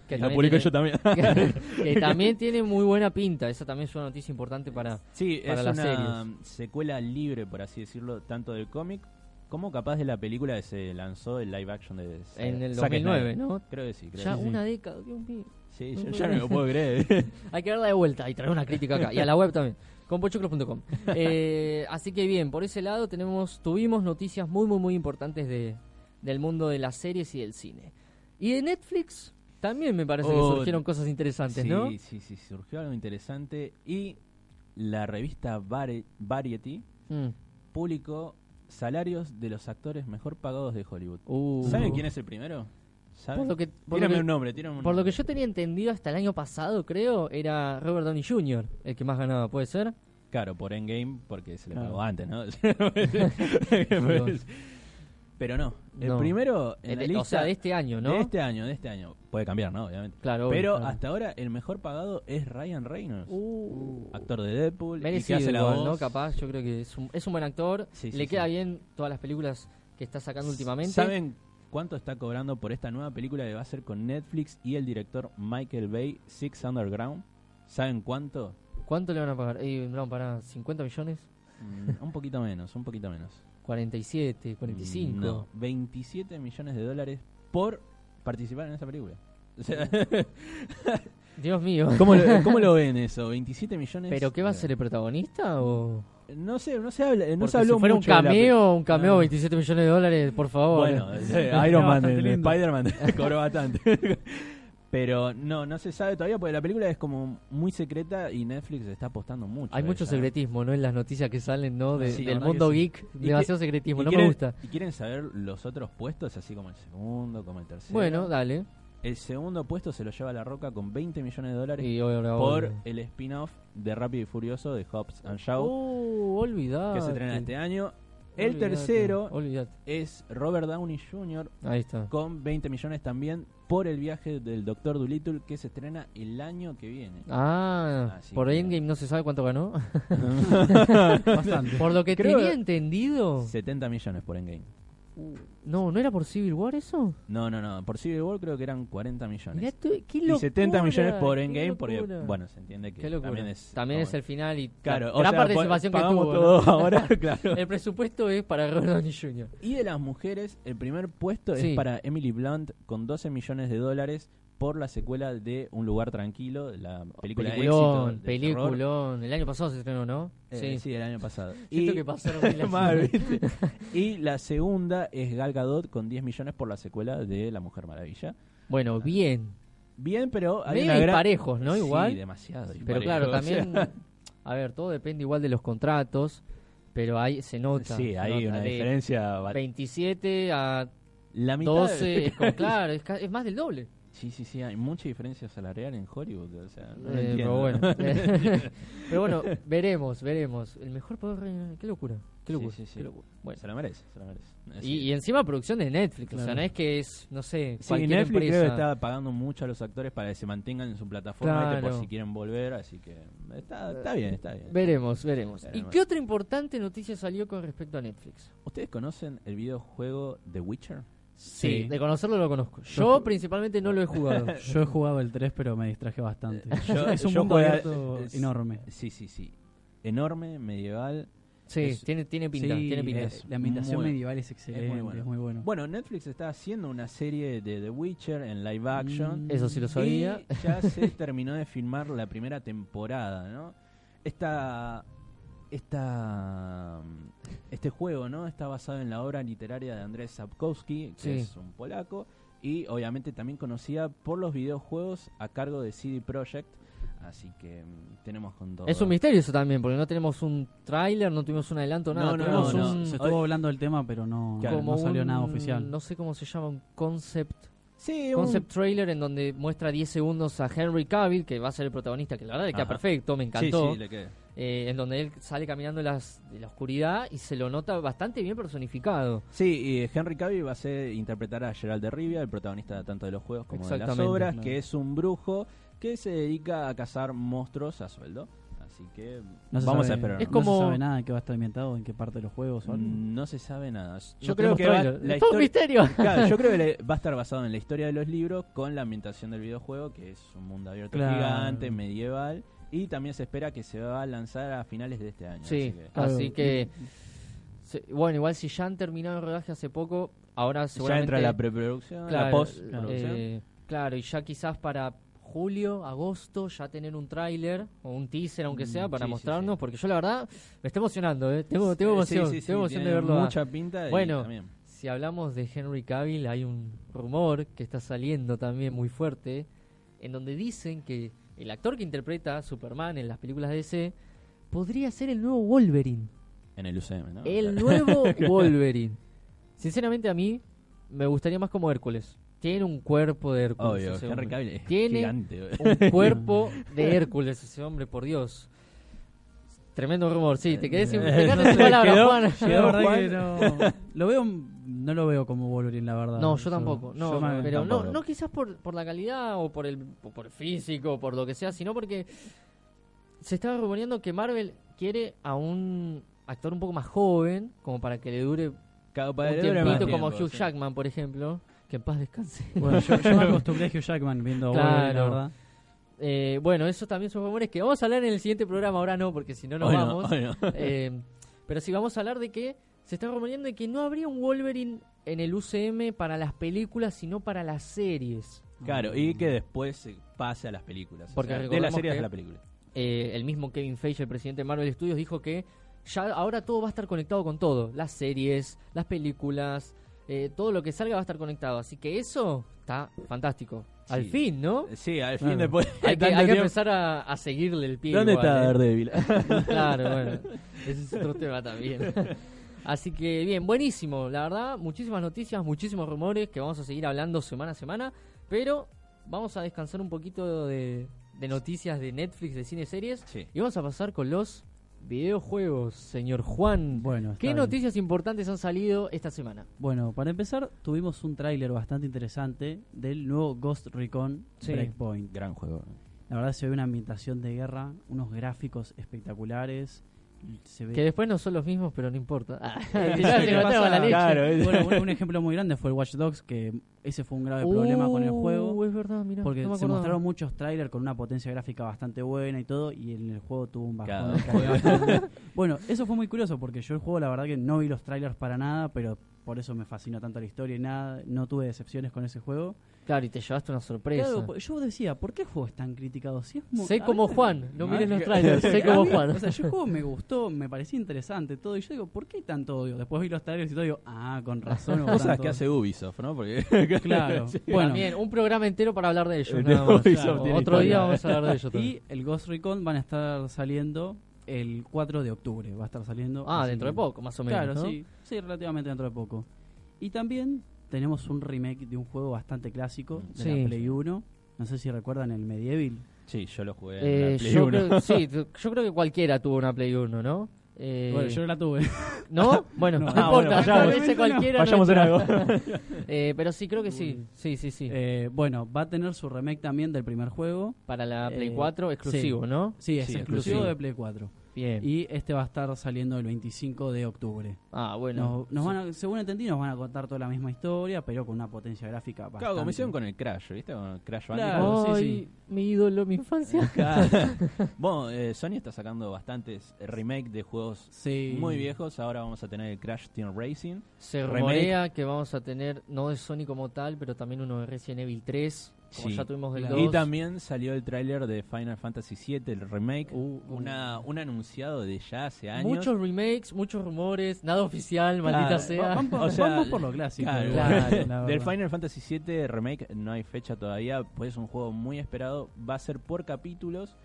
[SPEAKER 3] Y
[SPEAKER 2] también
[SPEAKER 3] lo publicó
[SPEAKER 2] tiene-
[SPEAKER 3] yo también.
[SPEAKER 2] que, también tiene muy buena pinta. Esa también es una noticia importante para...
[SPEAKER 3] Sí,
[SPEAKER 2] para
[SPEAKER 3] es
[SPEAKER 2] las
[SPEAKER 3] una secuela libre, por así decirlo, tanto del cómic como capaz de la película que se lanzó el live action de Zack-
[SPEAKER 2] En el
[SPEAKER 3] Zack
[SPEAKER 2] 2009,
[SPEAKER 3] Snyder.
[SPEAKER 2] ¿no?
[SPEAKER 3] Creo que sí, creo
[SPEAKER 2] Ya
[SPEAKER 3] que sí.
[SPEAKER 2] una década, Dios mío.
[SPEAKER 3] Sí, yo ya no lo puedo creer.
[SPEAKER 2] Hay que verla de vuelta y traer una crítica acá. Y a la web también. Con pochoclos.com. Eh, así que bien, por ese lado tenemos, tuvimos noticias muy, muy, muy importantes de, del mundo de las series y del cine. Y de Netflix también me parece
[SPEAKER 3] Oh,
[SPEAKER 2] que surgieron cosas interesantes,
[SPEAKER 3] sí,
[SPEAKER 2] ¿no?
[SPEAKER 3] sí, sí, surgió algo interesante. Y la revista Vari- Variety
[SPEAKER 2] Mm.
[SPEAKER 3] publicó salarios de los actores mejor pagados de Hollywood.
[SPEAKER 2] Uh.
[SPEAKER 3] ¿Saben quién es el primero? ¿Saben?
[SPEAKER 2] Por lo que- por
[SPEAKER 3] Tírame
[SPEAKER 2] lo que-
[SPEAKER 3] un nombre, tírame un
[SPEAKER 2] Por lo que
[SPEAKER 3] nombre.
[SPEAKER 2] yo tenía entendido hasta el año pasado, creo, era Robert Downey Jr. el que más ganaba, ¿puede ser?
[SPEAKER 3] Claro, por Endgame, porque se le
[SPEAKER 4] Claro.
[SPEAKER 3] pagó antes, ¿no? Pues, Pero no, el
[SPEAKER 2] No.
[SPEAKER 3] primero en la
[SPEAKER 2] El-
[SPEAKER 3] lista
[SPEAKER 2] o sea, de este año, ¿no?
[SPEAKER 3] de este año, de este año. Puede cambiar, ¿no? Obviamente.
[SPEAKER 2] Claro, obvio,
[SPEAKER 3] Pero
[SPEAKER 2] claro.
[SPEAKER 3] hasta ahora el mejor pagado es Ryan Reynolds,
[SPEAKER 2] Uh.
[SPEAKER 3] actor de Deadpool, y que
[SPEAKER 2] Merecido
[SPEAKER 3] hace la
[SPEAKER 2] igual,
[SPEAKER 3] voz.
[SPEAKER 2] ¿no? Capaz, yo creo que es un, es un buen actor.
[SPEAKER 3] Sí, sí,
[SPEAKER 2] Le
[SPEAKER 3] sí.
[SPEAKER 2] queda bien todas las películas que está sacando últimamente.
[SPEAKER 3] ¿Saben cuánto está cobrando por esta nueva película que va a ser con Netflix y el director Michael Bay, Six Underground? ¿Saben cuánto?
[SPEAKER 2] ¿Cuánto le van a pagar? Eh, no, para 50 millones,
[SPEAKER 3] Mm, un poquito menos, un poquito menos.
[SPEAKER 2] 47, 45.
[SPEAKER 3] No, 27 millones de dólares por participar en esa película. O sea,
[SPEAKER 2] Dios mío.
[SPEAKER 3] ¿cómo, lo, cómo lo ven eso? 27 millones. Eh,
[SPEAKER 2] ¿Pero qué va a ser el protagonista? O...
[SPEAKER 3] No sé, no se habla, no
[SPEAKER 2] Porque
[SPEAKER 3] se habló
[SPEAKER 2] si fuera
[SPEAKER 3] mucho
[SPEAKER 2] un
[SPEAKER 3] de la pe-
[SPEAKER 2] cameo, un cameo,
[SPEAKER 3] Ah.
[SPEAKER 2] 27 millones de dólares, por favor.
[SPEAKER 3] Bueno, eh,
[SPEAKER 4] Era
[SPEAKER 3] Iron Man,
[SPEAKER 4] bastante
[SPEAKER 3] el
[SPEAKER 4] lindo.
[SPEAKER 3] Spider-Man cobró bastante. Pero no, no se sabe todavía porque la película es como muy secreta y Netflix está apostando mucho.
[SPEAKER 2] Hay
[SPEAKER 3] a
[SPEAKER 2] mucho
[SPEAKER 3] ella.
[SPEAKER 2] secretismo, ¿no? En las noticias que salen, ¿no? De-
[SPEAKER 3] Sí, la
[SPEAKER 2] del
[SPEAKER 3] verdad
[SPEAKER 2] mundo
[SPEAKER 3] que sí.
[SPEAKER 2] geek.
[SPEAKER 3] Y que-
[SPEAKER 2] Demasiado
[SPEAKER 3] Y
[SPEAKER 2] secretismo, no
[SPEAKER 3] quieren-
[SPEAKER 2] me gusta.
[SPEAKER 3] Y quieren saber los otros puestos, así como el segundo, como el tercero.
[SPEAKER 2] Bueno, dale.
[SPEAKER 3] el segundo puesto se lo lleva La Roca con 20 millones de dólares
[SPEAKER 2] Y ahora-
[SPEAKER 3] por
[SPEAKER 2] ahora-
[SPEAKER 3] el spin-off de Rápido y Furioso de Hobbs and Shaw
[SPEAKER 2] Uh, olvidate.
[SPEAKER 3] que se estrena este año. El
[SPEAKER 2] Olvidate,
[SPEAKER 3] tercero
[SPEAKER 2] Olvidate.
[SPEAKER 3] es Robert Downey Jr.
[SPEAKER 2] Ahí está.
[SPEAKER 3] con 20 millones también por el viaje del Doctor Dolittle que se estrena el año que viene.
[SPEAKER 2] Ah,
[SPEAKER 3] Así
[SPEAKER 2] por
[SPEAKER 3] que-
[SPEAKER 2] Endgame no se sabe cuánto ganó.
[SPEAKER 4] Bastante.
[SPEAKER 2] por lo que
[SPEAKER 3] Creo-
[SPEAKER 2] tenía entendido,
[SPEAKER 3] 70 millones por Endgame.
[SPEAKER 2] No, ¿no era por Civil War eso?
[SPEAKER 3] No, no, no. Por Civil War creo que eran 40 millones.
[SPEAKER 2] Mirá tú, qué
[SPEAKER 3] y 70
[SPEAKER 2] locura,
[SPEAKER 3] millones por
[SPEAKER 2] qué
[SPEAKER 3] Endgame, porque,
[SPEAKER 2] locura.
[SPEAKER 3] bueno, se entiende que
[SPEAKER 2] Qué locura.
[SPEAKER 3] también es. como-
[SPEAKER 2] el final y
[SPEAKER 3] Claro,
[SPEAKER 2] la
[SPEAKER 3] o
[SPEAKER 2] gran
[SPEAKER 3] sea,
[SPEAKER 2] participación
[SPEAKER 3] pa-
[SPEAKER 2] que
[SPEAKER 3] pagamos
[SPEAKER 2] tuvo. ¿no?
[SPEAKER 3] todo ahora, claro.
[SPEAKER 2] El presupuesto es para Robert Downey Jr.
[SPEAKER 3] Y de las mujeres, el primer puesto
[SPEAKER 2] Sí.
[SPEAKER 3] es para Emily Blunt con 12 millones de dólares por la secuela de Un lugar tranquilo, la película de
[SPEAKER 2] Peliculón,
[SPEAKER 3] éxito de terror.
[SPEAKER 2] peliculón. El año pasado se estrenó, ¿no?
[SPEAKER 3] Eh, sí. el año pasado.
[SPEAKER 2] Siento que pasaron mil años.
[SPEAKER 3] Mal, ¿viste? y la segunda es Gal Gadot con 10 millones por la secuela de La Mujer Maravilla.
[SPEAKER 2] Bueno, bien.
[SPEAKER 3] Bien, pero hay
[SPEAKER 2] Medio
[SPEAKER 3] una gran...
[SPEAKER 2] parejos, ¿no?
[SPEAKER 3] Sí,
[SPEAKER 2] Igual.
[SPEAKER 3] demasiado.
[SPEAKER 2] Pero
[SPEAKER 3] disparejo,
[SPEAKER 2] claro,
[SPEAKER 3] o sea.
[SPEAKER 2] también, a ver, todo depende igual de los contratos, pero ahí se nota.
[SPEAKER 3] Sí,
[SPEAKER 2] se
[SPEAKER 3] hay
[SPEAKER 2] nota,
[SPEAKER 3] una
[SPEAKER 2] de
[SPEAKER 3] diferencia. ba-
[SPEAKER 2] 27 a
[SPEAKER 3] La mitad.
[SPEAKER 2] 12, es como, claro, es, ca- es más del doble.
[SPEAKER 3] Sí, sí, sí, hay mucha diferencia salarial en Hollywood. O sea, no
[SPEAKER 2] Eh,
[SPEAKER 3] lo
[SPEAKER 2] pero
[SPEAKER 3] entiendo.
[SPEAKER 2] bueno, pero bueno, veremos, veremos. El mejor poder re- qué locura, qué
[SPEAKER 3] Sí,
[SPEAKER 2] locura,
[SPEAKER 3] sí, sí.
[SPEAKER 2] qué locura. Bueno.
[SPEAKER 3] Se la merece, se la merece.
[SPEAKER 2] Y, y encima producción de Netflix, o sea,
[SPEAKER 4] Claro.
[SPEAKER 2] no es que es, no sé,
[SPEAKER 3] Sí,
[SPEAKER 2] cualquier
[SPEAKER 3] Netflix
[SPEAKER 2] empresa.
[SPEAKER 3] creo que está pagando mucho a los actores para que se mantengan en su plataforma y que por
[SPEAKER 2] Claro.
[SPEAKER 3] si quieren volver, así que está, está bien, está bien.
[SPEAKER 2] Veremos, veremos. ¿Y
[SPEAKER 3] Veremos.
[SPEAKER 2] qué otra importante noticia salió con respecto a Netflix?
[SPEAKER 3] ¿Ustedes conocen el videojuego The Witcher?
[SPEAKER 4] Sí.
[SPEAKER 2] De conocerlo lo conozco. Yo principalmente no lo he jugado.
[SPEAKER 4] Yo he jugado el 3, pero me distraje bastante.
[SPEAKER 3] Yo-
[SPEAKER 4] es un
[SPEAKER 3] yo
[SPEAKER 4] mundo
[SPEAKER 3] jugué-
[SPEAKER 4] abierto
[SPEAKER 3] es-
[SPEAKER 4] enorme.
[SPEAKER 3] Sí, sí, sí. Enorme, medieval.
[SPEAKER 2] Sí,
[SPEAKER 3] Es-
[SPEAKER 2] tiene, tiene pinta,
[SPEAKER 4] Sí, eh,
[SPEAKER 2] tiene pinta.
[SPEAKER 3] es-
[SPEAKER 4] La ambientación
[SPEAKER 3] muy-
[SPEAKER 4] medieval es excelente, es muy bueno.
[SPEAKER 3] Bueno, Netflix está haciendo una serie de The Witcher en live action.
[SPEAKER 4] Mm.
[SPEAKER 2] Eso sí lo sabía.
[SPEAKER 3] Y ya se terminó de filmar la primera temporada, ¿no? Esta. Esta. Este juego, ¿no? Está basado en la obra literaria de Andrzej Sapkowski, que
[SPEAKER 2] Sí.
[SPEAKER 3] es un polaco. Y obviamente también conocida por los videojuegos a cargo de CD Projekt. Así que mm, tenemos con todo.
[SPEAKER 2] Es un misterio eso también, porque no tenemos un tráiler, no tuvimos un adelanto, nada.
[SPEAKER 3] No, no,
[SPEAKER 2] Tuvimos
[SPEAKER 3] no,
[SPEAKER 2] un-
[SPEAKER 4] Se estuvo hablando del tema, pero no,
[SPEAKER 3] Claro.
[SPEAKER 4] no salió
[SPEAKER 2] un-
[SPEAKER 4] nada oficial.
[SPEAKER 2] No sé cómo se llama, un concept,
[SPEAKER 3] Sí, un-
[SPEAKER 2] concept trailer en donde muestra 10 segundos a Henry Cavill, que va a ser el protagonista, que la verdad le queda
[SPEAKER 3] Ajá.
[SPEAKER 2] perfecto, me
[SPEAKER 3] sí,
[SPEAKER 2] encantó.
[SPEAKER 3] sí, le queda.
[SPEAKER 2] eh, en donde él sale caminando en las, de la oscuridad y se lo nota bastante bien personificado.
[SPEAKER 3] Sí, y Henry Cavill va a ser, interpretar a Gerald de Rivia, el protagonista tanto de los juegos como de las
[SPEAKER 2] Exactamente,
[SPEAKER 3] obras,
[SPEAKER 4] claro.
[SPEAKER 3] que es un brujo que se dedica a cazar monstruos a sueldo. Así que
[SPEAKER 4] No se
[SPEAKER 3] vamos
[SPEAKER 4] sabe-
[SPEAKER 3] a esperar.
[SPEAKER 2] Es
[SPEAKER 3] ¿no?
[SPEAKER 2] como-
[SPEAKER 4] No se sabe nada en qué va a estar ambientado, en qué parte de los juegos. o algo.
[SPEAKER 3] Mm, No se sabe nada. Yo
[SPEAKER 2] No
[SPEAKER 3] creo
[SPEAKER 2] tenemos
[SPEAKER 3] que va,
[SPEAKER 2] tráiler.
[SPEAKER 3] la
[SPEAKER 2] Es todo un
[SPEAKER 3] histori-
[SPEAKER 2] misterio.
[SPEAKER 3] Claro, yo creo que le- va a estar basado en la historia de los libros con la ambientación del videojuego, que es un mundo abierto
[SPEAKER 4] Claro.
[SPEAKER 3] gigante, medieval, y también se espera que se va a lanzar a finales de este año.
[SPEAKER 2] Sí,
[SPEAKER 3] así que-
[SPEAKER 4] Claro.
[SPEAKER 2] así que...
[SPEAKER 3] Mm.
[SPEAKER 2] se- bueno, igual si ya han terminado el rodaje hace poco, ahora
[SPEAKER 3] ya
[SPEAKER 2] seguramente...
[SPEAKER 3] entra la preproducción, la
[SPEAKER 2] Claro,
[SPEAKER 3] postproducción.
[SPEAKER 2] eh, claro, y ya quizás para julio, agosto, ya tener un tráiler o un teaser, aunque sea,
[SPEAKER 3] Mm,
[SPEAKER 2] para
[SPEAKER 3] sí, sí,
[SPEAKER 2] mostrarnos,
[SPEAKER 3] sí.
[SPEAKER 2] porque yo la verdad me está emocionando, ¿eh? Tengo, tengo
[SPEAKER 3] Sí,
[SPEAKER 2] emoción,
[SPEAKER 3] sí, sí,
[SPEAKER 2] tengo emoción de
[SPEAKER 3] tiene
[SPEAKER 2] verlo. a-
[SPEAKER 3] Mucha pinta. y
[SPEAKER 2] Bueno.
[SPEAKER 3] también.
[SPEAKER 2] Si hablamos de Henry Cavill, hay un rumor que está saliendo también muy fuerte, en donde dicen que el actor que interpreta a Superman en las películas DC podría ser el nuevo Wolverine.
[SPEAKER 3] En el UCM, ¿no?
[SPEAKER 2] El nuevo Wolverine. Sinceramente a mí me gustaría más como Hércules. Tiene un cuerpo de Hércules.
[SPEAKER 3] Obvio,
[SPEAKER 2] ese
[SPEAKER 3] Henry
[SPEAKER 2] hombre.
[SPEAKER 3] Cavill es
[SPEAKER 2] Tiene
[SPEAKER 3] gigante. güey.
[SPEAKER 2] Un cuerpo de Hércules ese hombre, por Dios. Tremendo rumor, sí. Te quedé sin, te quedaste sin palabras,
[SPEAKER 4] Quedó-
[SPEAKER 2] Juan.
[SPEAKER 4] yo la verdad que no. Lo veo, no lo veo como Wolverine, la verdad.
[SPEAKER 2] No, yo tampoco. No,
[SPEAKER 4] yo me-
[SPEAKER 2] pero
[SPEAKER 3] tampoco.
[SPEAKER 2] No, no quizás por, por la calidad o por el, o por el físico, por lo que sea, sino porque se estaba rumoreando que Marvel quiere a un actor un poco más joven, como para que le dure
[SPEAKER 3] Cada
[SPEAKER 2] un
[SPEAKER 3] padre dura más
[SPEAKER 2] tiempito como
[SPEAKER 3] tiempo,
[SPEAKER 2] Hugh
[SPEAKER 3] sí.
[SPEAKER 2] Jackman, por ejemplo, que en paz descanse.
[SPEAKER 4] Bueno, yo, yo me acostumbré a Hugh Jackman viendo
[SPEAKER 2] Claro.
[SPEAKER 4] Wolverine, la verdad.
[SPEAKER 2] Eh, bueno, esos también son rumores que vamos a hablar en el siguiente programa, ahora no, porque si no nos
[SPEAKER 3] Hoy no,
[SPEAKER 2] vamos.
[SPEAKER 3] hoy no.
[SPEAKER 2] Eh, pero sí, vamos a hablar de que se está rumoreando de que no habría un Wolverine en el UCM para las películas, sino para las series.
[SPEAKER 3] Claro, y que después se pase a las películas. o
[SPEAKER 2] Porque
[SPEAKER 3] sea, de la
[SPEAKER 2] recordemos
[SPEAKER 3] serie
[SPEAKER 2] que-
[SPEAKER 3] a la película.
[SPEAKER 2] Eh, el mismo Kevin Feige, el presidente de Marvel Studios, dijo que ya ahora todo va a estar conectado con todo. Las series, las películas, eh, todo lo que salga va a estar conectado. Así que eso está fantástico. Al
[SPEAKER 3] Sí.
[SPEAKER 2] fin, ¿no?
[SPEAKER 3] Sí, al fin
[SPEAKER 4] Claro.
[SPEAKER 3] después. de
[SPEAKER 2] Hay que,
[SPEAKER 3] tanto
[SPEAKER 2] hay que
[SPEAKER 3] tiempo-
[SPEAKER 2] empezar a, a seguirle el pie.
[SPEAKER 3] ¿Dónde
[SPEAKER 2] igual,
[SPEAKER 3] está
[SPEAKER 2] eh.
[SPEAKER 3] Daredevil?
[SPEAKER 2] Claro, bueno. Ese es otro tema también. Así que bien, buenísimo. La verdad, muchísimas noticias, muchísimos rumores que vamos a seguir hablando semana a semana. Pero vamos a descansar un poquito de, de noticias de Netflix, de cine series.
[SPEAKER 3] Sí.
[SPEAKER 2] Y vamos a pasar con los videojuegos, señor Juan.
[SPEAKER 4] Bueno, está
[SPEAKER 2] ¿Qué
[SPEAKER 4] bien.
[SPEAKER 2] noticias importantes han salido esta semana?
[SPEAKER 4] Bueno, para empezar, tuvimos un tráiler bastante interesante del nuevo Ghost Recon
[SPEAKER 2] Sí.
[SPEAKER 4] Breakpoint.
[SPEAKER 3] Gran juego.
[SPEAKER 4] La verdad se ve una ambientación de guerra, unos gráficos espectaculares, se ve.
[SPEAKER 2] Que después no son los mismos, pero no importa. Ah,
[SPEAKER 4] Sí,
[SPEAKER 2] tirá,
[SPEAKER 4] sí,
[SPEAKER 2] se
[SPEAKER 4] que
[SPEAKER 2] mataba
[SPEAKER 4] pasa-
[SPEAKER 2] la leche.
[SPEAKER 4] claro, es- bueno, un, un ejemplo muy grande fue el Watch Dogs, que ese fue un grave problema con el juego.
[SPEAKER 2] Uh, es verdad, mirá,
[SPEAKER 4] Porque
[SPEAKER 2] no me
[SPEAKER 4] se
[SPEAKER 2] acordaba.
[SPEAKER 4] mostraron muchos trailers con una potencia gráfica bastante buena y todo, y en el juego tuvo un bajón. bueno, eso fue muy curioso porque yo el juego la verdad que no vi los trailers para nada, pero por eso me fascinó tanto la historia y nada, no tuve decepciones con ese juego.
[SPEAKER 2] Claro, y te llevaste una sorpresa.
[SPEAKER 4] Claro, po- yo decía, ¿por qué el juego es tan criticado? Si es mu-
[SPEAKER 2] Sé
[SPEAKER 4] a
[SPEAKER 2] como
[SPEAKER 4] mí-
[SPEAKER 2] Juan, no
[SPEAKER 3] Ah,
[SPEAKER 2] mires los
[SPEAKER 3] que-
[SPEAKER 2] trailers, sé
[SPEAKER 4] a
[SPEAKER 2] como
[SPEAKER 4] mí-
[SPEAKER 2] Juan.
[SPEAKER 4] O sea, yo el juego me gustó, me parecía interesante todo, y yo digo, ¿por qué hay tanto odio? Después vi los trailers y todo, digo, ah, con razón. hubo
[SPEAKER 3] Cosas
[SPEAKER 4] tanto
[SPEAKER 3] que
[SPEAKER 4] odio.
[SPEAKER 3] hace Ubisoft, ¿no? Porque
[SPEAKER 4] Claro, bueno.
[SPEAKER 2] También, un programa entero para hablar de ellos.
[SPEAKER 3] El
[SPEAKER 2] nada
[SPEAKER 3] de
[SPEAKER 2] más.
[SPEAKER 3] Ubisoft
[SPEAKER 2] Claro,
[SPEAKER 3] tiene
[SPEAKER 2] Otro día
[SPEAKER 3] historia.
[SPEAKER 2] vamos a hablar de ellos también.
[SPEAKER 4] Y el Ghost Recon van a estar saliendo el 4 de octubre, va a estar saliendo.
[SPEAKER 2] Ah,
[SPEAKER 4] así
[SPEAKER 2] dentro de
[SPEAKER 4] que-
[SPEAKER 2] poco, más o menos.
[SPEAKER 4] Claro,
[SPEAKER 2] ¿no?
[SPEAKER 4] sí, sí, relativamente dentro de poco. Y también tenemos un remake de un juego bastante clásico, de
[SPEAKER 2] Sí.
[SPEAKER 4] la Play 1. No sé si recuerdan el Medieval.
[SPEAKER 3] Sí, yo lo jugué en
[SPEAKER 2] Eh,
[SPEAKER 3] la Play
[SPEAKER 2] yo,
[SPEAKER 3] 1.
[SPEAKER 2] creo, sí, t- yo creo que cualquiera tuvo una Play 1, ¿no? Eh,
[SPEAKER 4] Bueno, yo la tuve.
[SPEAKER 2] ¿No? Bueno, no,
[SPEAKER 4] No.
[SPEAKER 2] importa,
[SPEAKER 4] Ah, bueno,
[SPEAKER 2] tal
[SPEAKER 4] vayamos.
[SPEAKER 2] vez cualquiera. no
[SPEAKER 5] Vayamos en
[SPEAKER 2] entra.
[SPEAKER 5] algo.
[SPEAKER 2] Eh, pero sí, creo que sí. Sí, sí, sí.
[SPEAKER 4] Eh, bueno, va a tener su remake también del primer juego.
[SPEAKER 2] para la Play
[SPEAKER 4] eh,
[SPEAKER 2] 4, exclusivo, ¿no?
[SPEAKER 4] Sí, es
[SPEAKER 3] Sí,
[SPEAKER 4] exclusivo
[SPEAKER 2] exclusivo.
[SPEAKER 4] de Play 4.
[SPEAKER 2] Bien.
[SPEAKER 4] Y este va a estar saliendo el 25 de octubre.
[SPEAKER 2] ah, bueno.
[SPEAKER 4] Nos, nos van a- según entendí, nos van a contar toda la misma historia, pero con una potencia gráfica bastante.
[SPEAKER 3] Claro, como hicieron con el Crash, ¿viste? Con el Crash
[SPEAKER 4] Claro.
[SPEAKER 3] Bandicoot.
[SPEAKER 4] sí,
[SPEAKER 2] Ay,
[SPEAKER 4] sí.
[SPEAKER 2] mi ídolo, mi infancia.
[SPEAKER 3] Bueno, eh, Sony está sacando bastantes remake de juegos
[SPEAKER 4] Sí.
[SPEAKER 3] muy viejos. Ahora vamos a tener el Crash Team Racing.
[SPEAKER 2] Se
[SPEAKER 3] Remake.
[SPEAKER 2] rumorea que vamos a tener, no de Sony como tal, pero también uno de Resident Evil 3, como
[SPEAKER 3] Sí.
[SPEAKER 2] ya tuvimos del
[SPEAKER 4] Claro.
[SPEAKER 2] 2.
[SPEAKER 3] Y también salió el tráiler de Final Fantasy VII, el remake.
[SPEAKER 2] Uh,
[SPEAKER 3] Una, un anunciado de ya hace años.
[SPEAKER 2] Muchos remakes, muchos rumores, nada oficial, maldita
[SPEAKER 3] Claro.
[SPEAKER 4] Va-
[SPEAKER 2] sea.
[SPEAKER 4] van por-
[SPEAKER 3] O sea,
[SPEAKER 4] vamos por lo clásico.
[SPEAKER 3] claro.
[SPEAKER 4] igual,
[SPEAKER 2] Claro.
[SPEAKER 4] la
[SPEAKER 3] Del
[SPEAKER 4] verdad.
[SPEAKER 3] Final Fantasy VII Remake no hay fecha todavía, pues es un juego muy esperado. Va a ser por capítulos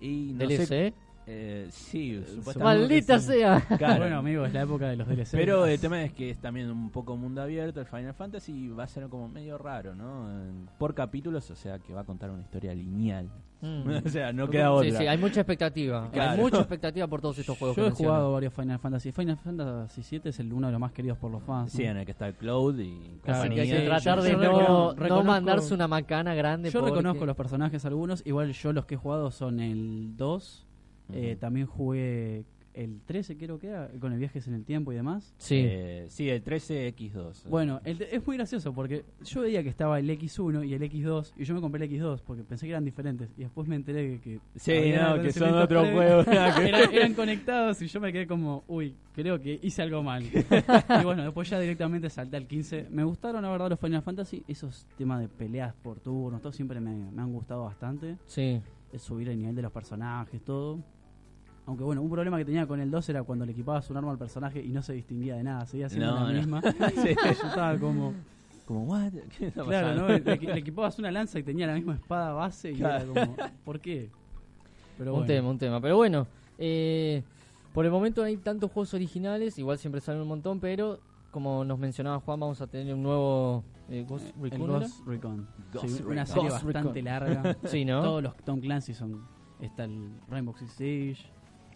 [SPEAKER 3] y no
[SPEAKER 2] DLC.
[SPEAKER 3] sé... eh, sí, supuestamente.
[SPEAKER 2] E? Maldita
[SPEAKER 4] que sí.
[SPEAKER 2] sea.
[SPEAKER 3] claro.
[SPEAKER 4] Bueno, amigo, es la época de los DLC.
[SPEAKER 3] Pero el tema es que es también un poco mundo abierto el Final Fantasy y va a ser como medio raro, ¿no? En- Por capítulos, o sea que va a contar una historia lineal.
[SPEAKER 2] Mm.
[SPEAKER 3] o sea, no queda otra.
[SPEAKER 2] Sí, sí, hay mucha expectativa. Hay
[SPEAKER 3] Claro.
[SPEAKER 2] mucha expectativa por todos estos juegos.
[SPEAKER 4] Yo
[SPEAKER 2] que
[SPEAKER 4] he jugado
[SPEAKER 2] mencionas.
[SPEAKER 4] varios Final Fantasy. Final Fantasy VII es el, uno de los más queridos por los fans.
[SPEAKER 3] Sí,
[SPEAKER 4] ¿no?
[SPEAKER 3] en el que está el Cloud y
[SPEAKER 4] Claro,
[SPEAKER 2] Así que hay
[SPEAKER 3] compañía.
[SPEAKER 2] que
[SPEAKER 4] Sí,
[SPEAKER 2] tratar
[SPEAKER 4] yo-
[SPEAKER 2] de
[SPEAKER 4] yo
[SPEAKER 2] no, no
[SPEAKER 4] reconozco- reconozco-
[SPEAKER 2] mandarse una macana grande.
[SPEAKER 4] Yo
[SPEAKER 2] porque-
[SPEAKER 4] reconozco los personajes algunos. Igual yo los que he jugado son el 2. eh,
[SPEAKER 3] Ujú.
[SPEAKER 4] también jugué el 13, creo que era, con el viajes en el tiempo y demás.
[SPEAKER 2] Sí.
[SPEAKER 3] Eh, sí, el 13X2.
[SPEAKER 4] Bueno, eh, el de- es muy gracioso porque yo veía que estaba el X1 y el X2 y yo me compré el X2 porque pensé que eran diferentes y después me enteré que, que
[SPEAKER 3] sí,
[SPEAKER 4] había
[SPEAKER 3] no, que son
[SPEAKER 4] acontecimientos
[SPEAKER 3] otro
[SPEAKER 4] previos.
[SPEAKER 3] juego.
[SPEAKER 4] Eran, eran conectados y yo me quedé como, uy, creo que hice algo mal. y bueno, después ya directamente salté al 15. Me gustaron, la verdad, los Final Fantasy. Esos temas de peleas por turnos, todo siempre me, me han gustado bastante.
[SPEAKER 2] Sí.
[SPEAKER 4] Es subir el nivel de los personajes, todo. Aunque bueno, un problema que tenía con el 2 era cuando le equipabas un arma al personaje y no se distinguía de nada, seguía siendo
[SPEAKER 3] No,
[SPEAKER 4] la
[SPEAKER 3] no.
[SPEAKER 4] misma.
[SPEAKER 3] Sí.
[SPEAKER 4] Yo estaba como,
[SPEAKER 3] Como, ¿what? ¿Qué está
[SPEAKER 4] claro,
[SPEAKER 3] pasando?
[SPEAKER 4] ¿no? Le, le equipabas una lanza y tenía la misma espada base y era como, ¿por qué? Pero
[SPEAKER 2] un tema, un tema. Pero bueno, eh, por el momento no hay tantos juegos originales, igual siempre salen un montón, pero como nos mencionaba Juan, vamos a tener un nuevo eh, Ghost
[SPEAKER 4] El
[SPEAKER 2] Recon, ¿era?
[SPEAKER 4] Ghost Recon.
[SPEAKER 3] Ghost
[SPEAKER 4] Sí, una
[SPEAKER 3] Recon.
[SPEAKER 4] serie
[SPEAKER 2] Ghost
[SPEAKER 4] bastante
[SPEAKER 2] Recon.
[SPEAKER 4] larga.
[SPEAKER 2] Sí, ¿no?
[SPEAKER 4] Todos los Tom Clancy son. Está el Rainbow Six Siege,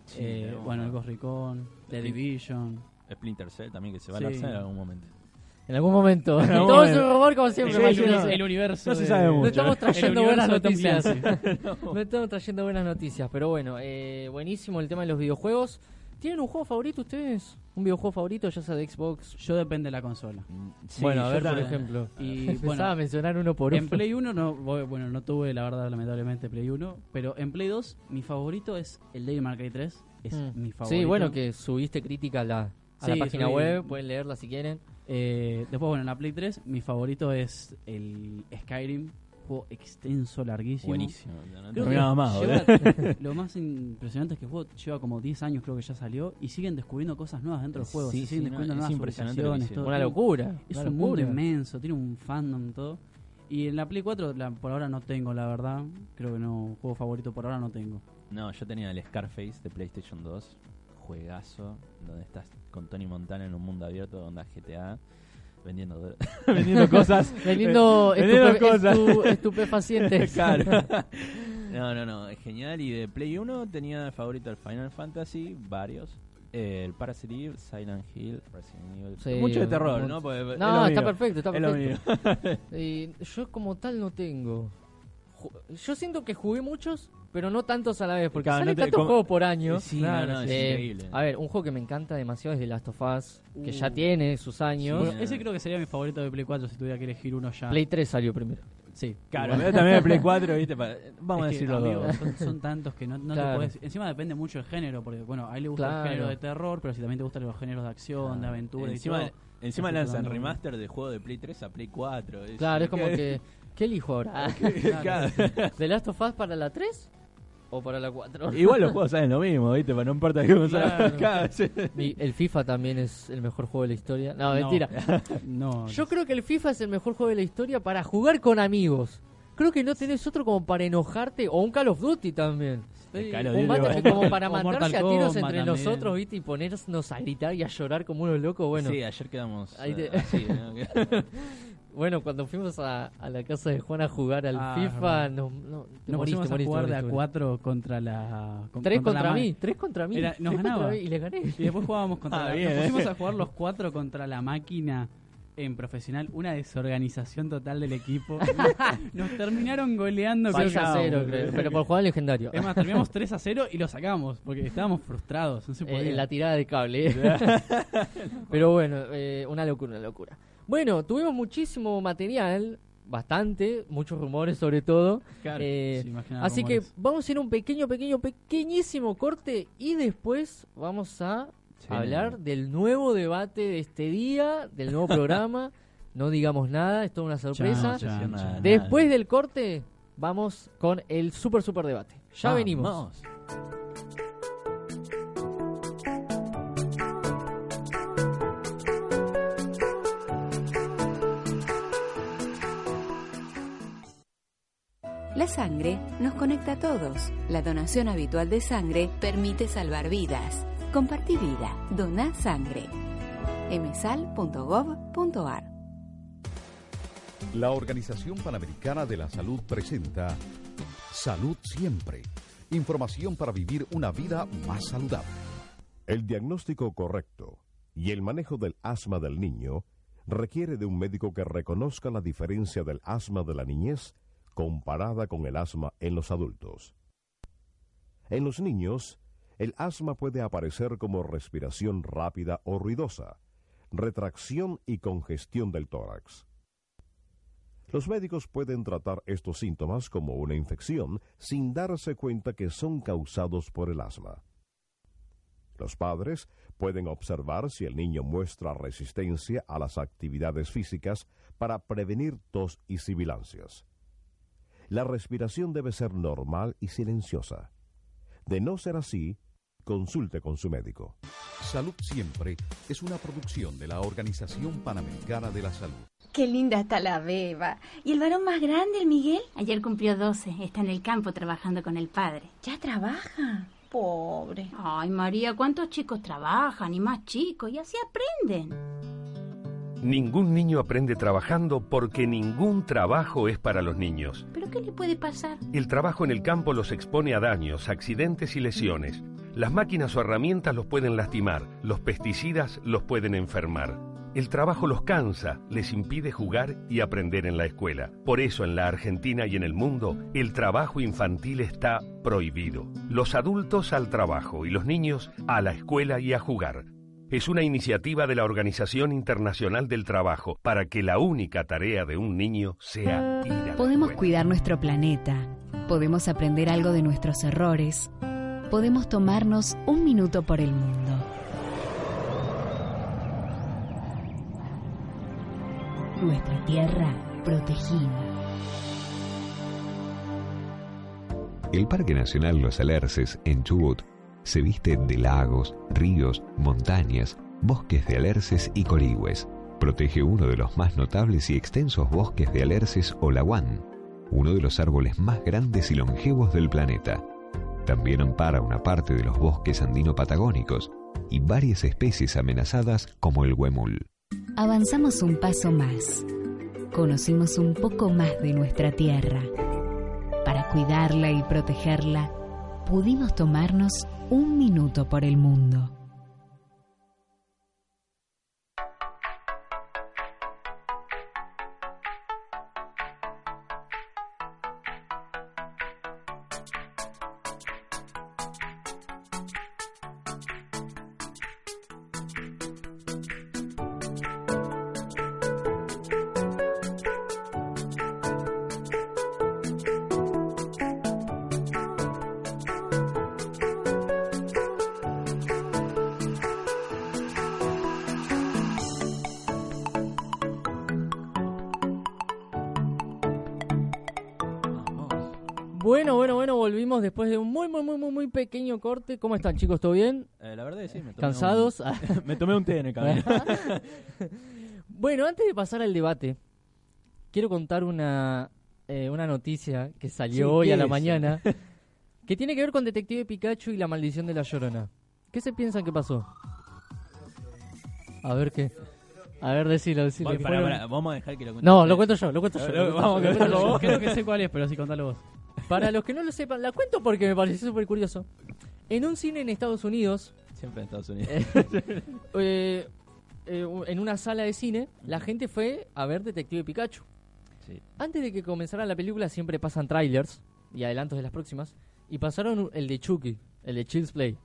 [SPEAKER 3] Sí,
[SPEAKER 4] eh,
[SPEAKER 3] vamos
[SPEAKER 4] bueno,
[SPEAKER 3] a-
[SPEAKER 4] el Ghost Recon, The
[SPEAKER 3] Sí.
[SPEAKER 4] Division.
[SPEAKER 3] Splinter Cell también, que se va
[SPEAKER 4] Sí.
[SPEAKER 3] a lanzar en algún momento.
[SPEAKER 2] En algún momento.
[SPEAKER 5] algún
[SPEAKER 2] Todo es
[SPEAKER 5] momento.
[SPEAKER 2] un rumor como siempre.
[SPEAKER 5] Sí,
[SPEAKER 4] el,
[SPEAKER 2] imagínense.
[SPEAKER 4] uni- el universo.
[SPEAKER 5] No se
[SPEAKER 4] de-
[SPEAKER 5] sabe
[SPEAKER 2] no
[SPEAKER 5] mucho.
[SPEAKER 2] estamos trayendo
[SPEAKER 4] el
[SPEAKER 2] buenas
[SPEAKER 4] universo de Tom
[SPEAKER 2] noticias.
[SPEAKER 4] Clancy.
[SPEAKER 2] No estamos trayendo buenas noticias, pero bueno, eh, buenísimo el tema de los videojuegos. ¿Tienen un juego favorito ustedes? ¿Un videojuego favorito, ya sea de Xbox?
[SPEAKER 4] Yo depende de la consola.
[SPEAKER 3] Sí,
[SPEAKER 2] bueno, a
[SPEAKER 3] yo
[SPEAKER 2] ver, por
[SPEAKER 3] también.
[SPEAKER 2] ejemplo.
[SPEAKER 4] Y,
[SPEAKER 2] Empezaba
[SPEAKER 4] bueno,
[SPEAKER 2] a mencionar uno por
[SPEAKER 4] En
[SPEAKER 2] uno.
[SPEAKER 4] Play 1 no, bueno, no tuve la verdad lamentablemente Play 1, pero en Play 2 mi favorito es el Devil May Cry 3, es
[SPEAKER 2] Mm.
[SPEAKER 4] mi favorito.
[SPEAKER 2] Sí, bueno, que subiste crítica a la, a la
[SPEAKER 4] Sí,
[SPEAKER 2] página
[SPEAKER 4] subí.
[SPEAKER 2] web, pueden leerla si quieren.
[SPEAKER 4] Eh, después, bueno, en la Play 3, mi favorito es el Skyrim. Juego extenso, larguísimo.
[SPEAKER 3] Buenísimo. No, no
[SPEAKER 4] Creo que
[SPEAKER 3] terminaba más, boludo.
[SPEAKER 4] lleva- lo más impresionante es que el juego lleva como 10 años, creo que ya salió, y siguen descubriendo cosas nuevas dentro del juego.
[SPEAKER 3] Sí,
[SPEAKER 4] se
[SPEAKER 3] sí,
[SPEAKER 4] siguen
[SPEAKER 3] no,
[SPEAKER 4] descubriendo
[SPEAKER 3] es
[SPEAKER 4] nuevas
[SPEAKER 3] impresionante lo que
[SPEAKER 4] fabricaciones,
[SPEAKER 3] hicieron.
[SPEAKER 4] todo.
[SPEAKER 2] Una
[SPEAKER 4] Tiene-
[SPEAKER 2] locura.
[SPEAKER 4] Es
[SPEAKER 2] una
[SPEAKER 4] un mundo
[SPEAKER 2] locura.
[SPEAKER 4] inmenso, tiene un fandom, todo. Y en la Play 4, la- por ahora no tengo, la verdad. Creo que no, juego favorito por ahora no tengo.
[SPEAKER 3] No, yo tenía el Scarface de PlayStation 2, juegazo, donde estás con Tony Montana en un mundo abierto, onda GTA, vendiendo dro-
[SPEAKER 5] vendiendo cosas.
[SPEAKER 2] Vendiendo,
[SPEAKER 5] Eh, vendiendo
[SPEAKER 2] estupe-
[SPEAKER 5] cosas.
[SPEAKER 2] estu- estupefacientes.
[SPEAKER 3] Claro. No, no, no, es genial. Y de Play 1 tenía de favorito el Final Fantasy, varios. eh, el Parasite Eve, Silent Hill, Resident Evil.
[SPEAKER 2] Sí,
[SPEAKER 3] Mucho de
[SPEAKER 2] un
[SPEAKER 3] terror,
[SPEAKER 2] montón.
[SPEAKER 3] ¿no? Porque es
[SPEAKER 2] No,
[SPEAKER 3] lo
[SPEAKER 2] está
[SPEAKER 3] mío.
[SPEAKER 2] perfecto, está
[SPEAKER 3] Es lo
[SPEAKER 2] perfecto. Eh, yo como tal no tengo. ju- yo siento que jugué muchos, pero no tantos a la vez, porque
[SPEAKER 3] Claro,
[SPEAKER 2] sale
[SPEAKER 3] no te-
[SPEAKER 2] tantos
[SPEAKER 3] como-
[SPEAKER 2] juegos por año.
[SPEAKER 3] Sí,
[SPEAKER 4] Claro,
[SPEAKER 3] no, no, es
[SPEAKER 2] Eh,
[SPEAKER 3] increíble.
[SPEAKER 2] A ver, un juego que me encanta demasiado es The Last of Us, que
[SPEAKER 4] Uh.
[SPEAKER 2] ya tiene sus años.
[SPEAKER 4] Bueno, ese creo que sería mi favorito de Play 4 si tuviera que elegir uno ya.
[SPEAKER 2] Play 3 salió primero.
[SPEAKER 4] Sí.
[SPEAKER 3] Claro,
[SPEAKER 4] Igual.
[SPEAKER 3] pero también el Play 4, ¿viste? Para- vamos a
[SPEAKER 4] Es que,
[SPEAKER 3] decirlo
[SPEAKER 4] amigo,
[SPEAKER 3] todo.
[SPEAKER 4] son, son tantos que no, no te
[SPEAKER 2] Claro.
[SPEAKER 4] podés- Encima depende mucho del género, porque bueno, a él le gusta
[SPEAKER 2] Claro.
[SPEAKER 4] el género de terror, pero si también te gustan los géneros de acción, de aventura
[SPEAKER 3] Encima,
[SPEAKER 4] y todo.
[SPEAKER 3] encima
[SPEAKER 4] Estoy
[SPEAKER 3] lanzan
[SPEAKER 4] jugando.
[SPEAKER 3] remaster de juego de Play 3 a Play 4.
[SPEAKER 2] Claro, es como que. ¿Qué elijo ahora?
[SPEAKER 3] Claro.
[SPEAKER 2] ¿The Last of Us para la 3 o para la 4?
[SPEAKER 3] Igual los juegos salen lo mismo, ¿viste? Pero no importa que vos
[SPEAKER 2] Claro.
[SPEAKER 3] Claro, sí.
[SPEAKER 2] Y el FIFA también es el mejor juego de la historia. No,
[SPEAKER 4] No.
[SPEAKER 2] mentira.
[SPEAKER 4] No,
[SPEAKER 2] Yo creo que el FIFA es el mejor juego de la historia para jugar con amigos. Creo que no tenés otro como para enojarte. O un Call of Duty también.
[SPEAKER 3] El Call of
[SPEAKER 2] Un
[SPEAKER 3] Duty,
[SPEAKER 2] mate-
[SPEAKER 3] bueno.
[SPEAKER 2] como para
[SPEAKER 4] O
[SPEAKER 2] matarse a
[SPEAKER 4] Mortal
[SPEAKER 2] tiros
[SPEAKER 4] Kombat
[SPEAKER 2] entre
[SPEAKER 4] también.
[SPEAKER 2] nosotros, ¿viste? Y ponernos a gritar y a llorar como unos locos. Bueno,
[SPEAKER 3] Sí, ayer quedamos
[SPEAKER 2] Ahí te-
[SPEAKER 3] eh, así, ¿no? Que-
[SPEAKER 2] bueno cuando fuimos a, a la casa de Juan a jugar al
[SPEAKER 4] Ah, es
[SPEAKER 2] FIFA,
[SPEAKER 4] verdad.
[SPEAKER 2] no, no, te
[SPEAKER 4] nos
[SPEAKER 2] moriste,
[SPEAKER 4] pusimos
[SPEAKER 2] moriste,
[SPEAKER 4] a jugar de a
[SPEAKER 2] moriste, moriste.
[SPEAKER 4] 4 contra la. con-
[SPEAKER 2] Tres
[SPEAKER 4] la
[SPEAKER 2] contra
[SPEAKER 4] ma-
[SPEAKER 2] mí, tres contra mí.
[SPEAKER 4] Era- nos
[SPEAKER 2] tres contra
[SPEAKER 4] ganaba.
[SPEAKER 2] mí, y le gané.
[SPEAKER 4] Y después jugábamos contra.
[SPEAKER 3] Ah,
[SPEAKER 4] la-
[SPEAKER 3] bien,
[SPEAKER 4] nos
[SPEAKER 3] eh.
[SPEAKER 4] pusimos a jugar los cuatro contra la máquina en profesional. Una desorganización total del equipo. nos terminaron goleando. creo
[SPEAKER 2] Seis
[SPEAKER 4] que-
[SPEAKER 2] a cero, creo. Pero por jugar al legendario. Ah,
[SPEAKER 4] Es más, terminamos 3 a 0 y lo sacamos, porque estábamos frustrados. No se
[SPEAKER 2] Eh,
[SPEAKER 4] podía.
[SPEAKER 2] la tirada de cable. eh. Pero bueno, eh, una locura, una locura. Bueno, tuvimos muchísimo material, bastante, muchos rumores sobre todo. Eh,
[SPEAKER 4] Sí, más que nada
[SPEAKER 2] así que
[SPEAKER 4] rumores.
[SPEAKER 2] vamos a ir a un pequeño, pequeño, pequeñísimo corte y después vamos a
[SPEAKER 3] Sí,
[SPEAKER 2] hablar del nuevo debate de este día, del nuevo programa. No digamos nada, es toda una sorpresa.
[SPEAKER 4] Chan, chan,
[SPEAKER 3] Nada,
[SPEAKER 4] chan.
[SPEAKER 3] nada.
[SPEAKER 2] Después del corte, vamos con el super, super debate. Ya venimos.
[SPEAKER 3] Vamos.
[SPEAKER 5] La sangre nos conecta a todos. La donación habitual de sangre permite salvar vidas. Compartí vida. Doná sangre. msal.gov.ar
[SPEAKER 6] La Organización Panamericana de la Salud presenta Salud Siempre. Información para vivir una vida más saludable.
[SPEAKER 7] El diagnóstico correcto y el manejo del asma del niño requiere de un médico que reconozca la diferencia del asma de la niñez comparada con el asma en los adultos. En los niños, el asma puede aparecer como respiración rápida o ruidosa, retracción y congestión del tórax. Los médicos pueden tratar estos síntomas como una infección sin darse cuenta que son causados por el asma. Los padres pueden observar si el niño muestra resistencia a las actividades físicas para prevenir tos y sibilancias. La respiración debe ser normal y silenciosa. De no ser así, consulte con su médico.
[SPEAKER 6] Salud Siempre es una producción de la Organización Panamericana de la Salud.
[SPEAKER 8] Qué linda está la beba. ¿Y el varón más grande, el Miguel? Ayer cumplió 12. Está en el campo trabajando con el padre. ¿Ya trabaja? Pobre. Ay, María, ¿cuántos chicos trabajan y más chicos? Y así aprenden.
[SPEAKER 9] Ningún niño aprende trabajando porque ningún trabajo es para los niños.
[SPEAKER 8] ¿Pero qué le puede pasar?
[SPEAKER 9] El trabajo en el campo los expone a daños, accidentes y lesiones. Las máquinas o herramientas los pueden lastimar, los pesticidas los pueden enfermar. El trabajo los cansa, les impide jugar y aprender en la escuela. Por eso en la Argentina y en el mundo, el trabajo infantil está prohibido. Los adultos al trabajo y los niños a la escuela y a jugar es una iniciativa de la Organización Internacional del Trabajo para que la única tarea de un niño sea ir a la
[SPEAKER 10] Podemos
[SPEAKER 9] escuela.
[SPEAKER 10] cuidar nuestro planeta, podemos aprender algo de nuestros errores, podemos tomarnos un minuto por el mundo. Nuestra tierra protegida.
[SPEAKER 11] El Parque Nacional Los Alerces, en Chubut, se viste de lagos, ríos, montañas, bosques de alerces y coligües. Protege uno de los más notables y extensos bosques de alerces Olaguán, uno de los árboles más grandes y longevos del planeta. También ampara una parte de los bosques andino-patagónicos y varias especies amenazadas como el huemul.
[SPEAKER 10] Avanzamos un paso más, conocimos un poco más de nuestra tierra. Para cuidarla y protegerla, pudimos tomarnos un minuto por el mundo.
[SPEAKER 2] Bueno, bueno, bueno, volvimos después de un muy, muy, muy, muy, muy pequeño corte. ¿Cómo están, chicos? ¿Todo bien?
[SPEAKER 3] Eh, la verdad es que sí, me tomé
[SPEAKER 2] ¿Cansados? Ah.
[SPEAKER 3] un- me tomé un té en el camino.
[SPEAKER 2] bueno, antes de pasar al debate, quiero contar una, eh, una noticia que salió
[SPEAKER 3] Sí,
[SPEAKER 2] hoy
[SPEAKER 3] ¿qué
[SPEAKER 2] a la
[SPEAKER 3] es?
[SPEAKER 2] mañana que tiene que ver con Detective Pikachu y la maldición de la llorona. ¿Qué se piensan que pasó? A ver qué. A ver, decilo, decilo.
[SPEAKER 3] Voy, pará,
[SPEAKER 2] Fueron-
[SPEAKER 3] pará, vamos a dejar que lo cuente
[SPEAKER 2] No,
[SPEAKER 3] usted.
[SPEAKER 2] lo cuento yo, lo cuento yo.
[SPEAKER 3] Lo-
[SPEAKER 2] lo cuento yo,
[SPEAKER 3] vamos,
[SPEAKER 2] lo
[SPEAKER 3] contalo
[SPEAKER 2] cuento yo.
[SPEAKER 3] vos.
[SPEAKER 4] Creo que sé cuál es, pero sí, contalo vos.
[SPEAKER 2] Para los que no lo sepan, la cuento porque me pareció súper curioso. En un cine en Estados Unidos,
[SPEAKER 3] Siempre en Estados Unidos.
[SPEAKER 2] eh, eh, u- en una sala de cine, la gente fue a ver Detective Pikachu.
[SPEAKER 3] Sí.
[SPEAKER 2] Antes de que comenzara la película siempre pasan trailers y adelantos de las próximas. Y pasaron un- el de Chucky, el de Child's Play.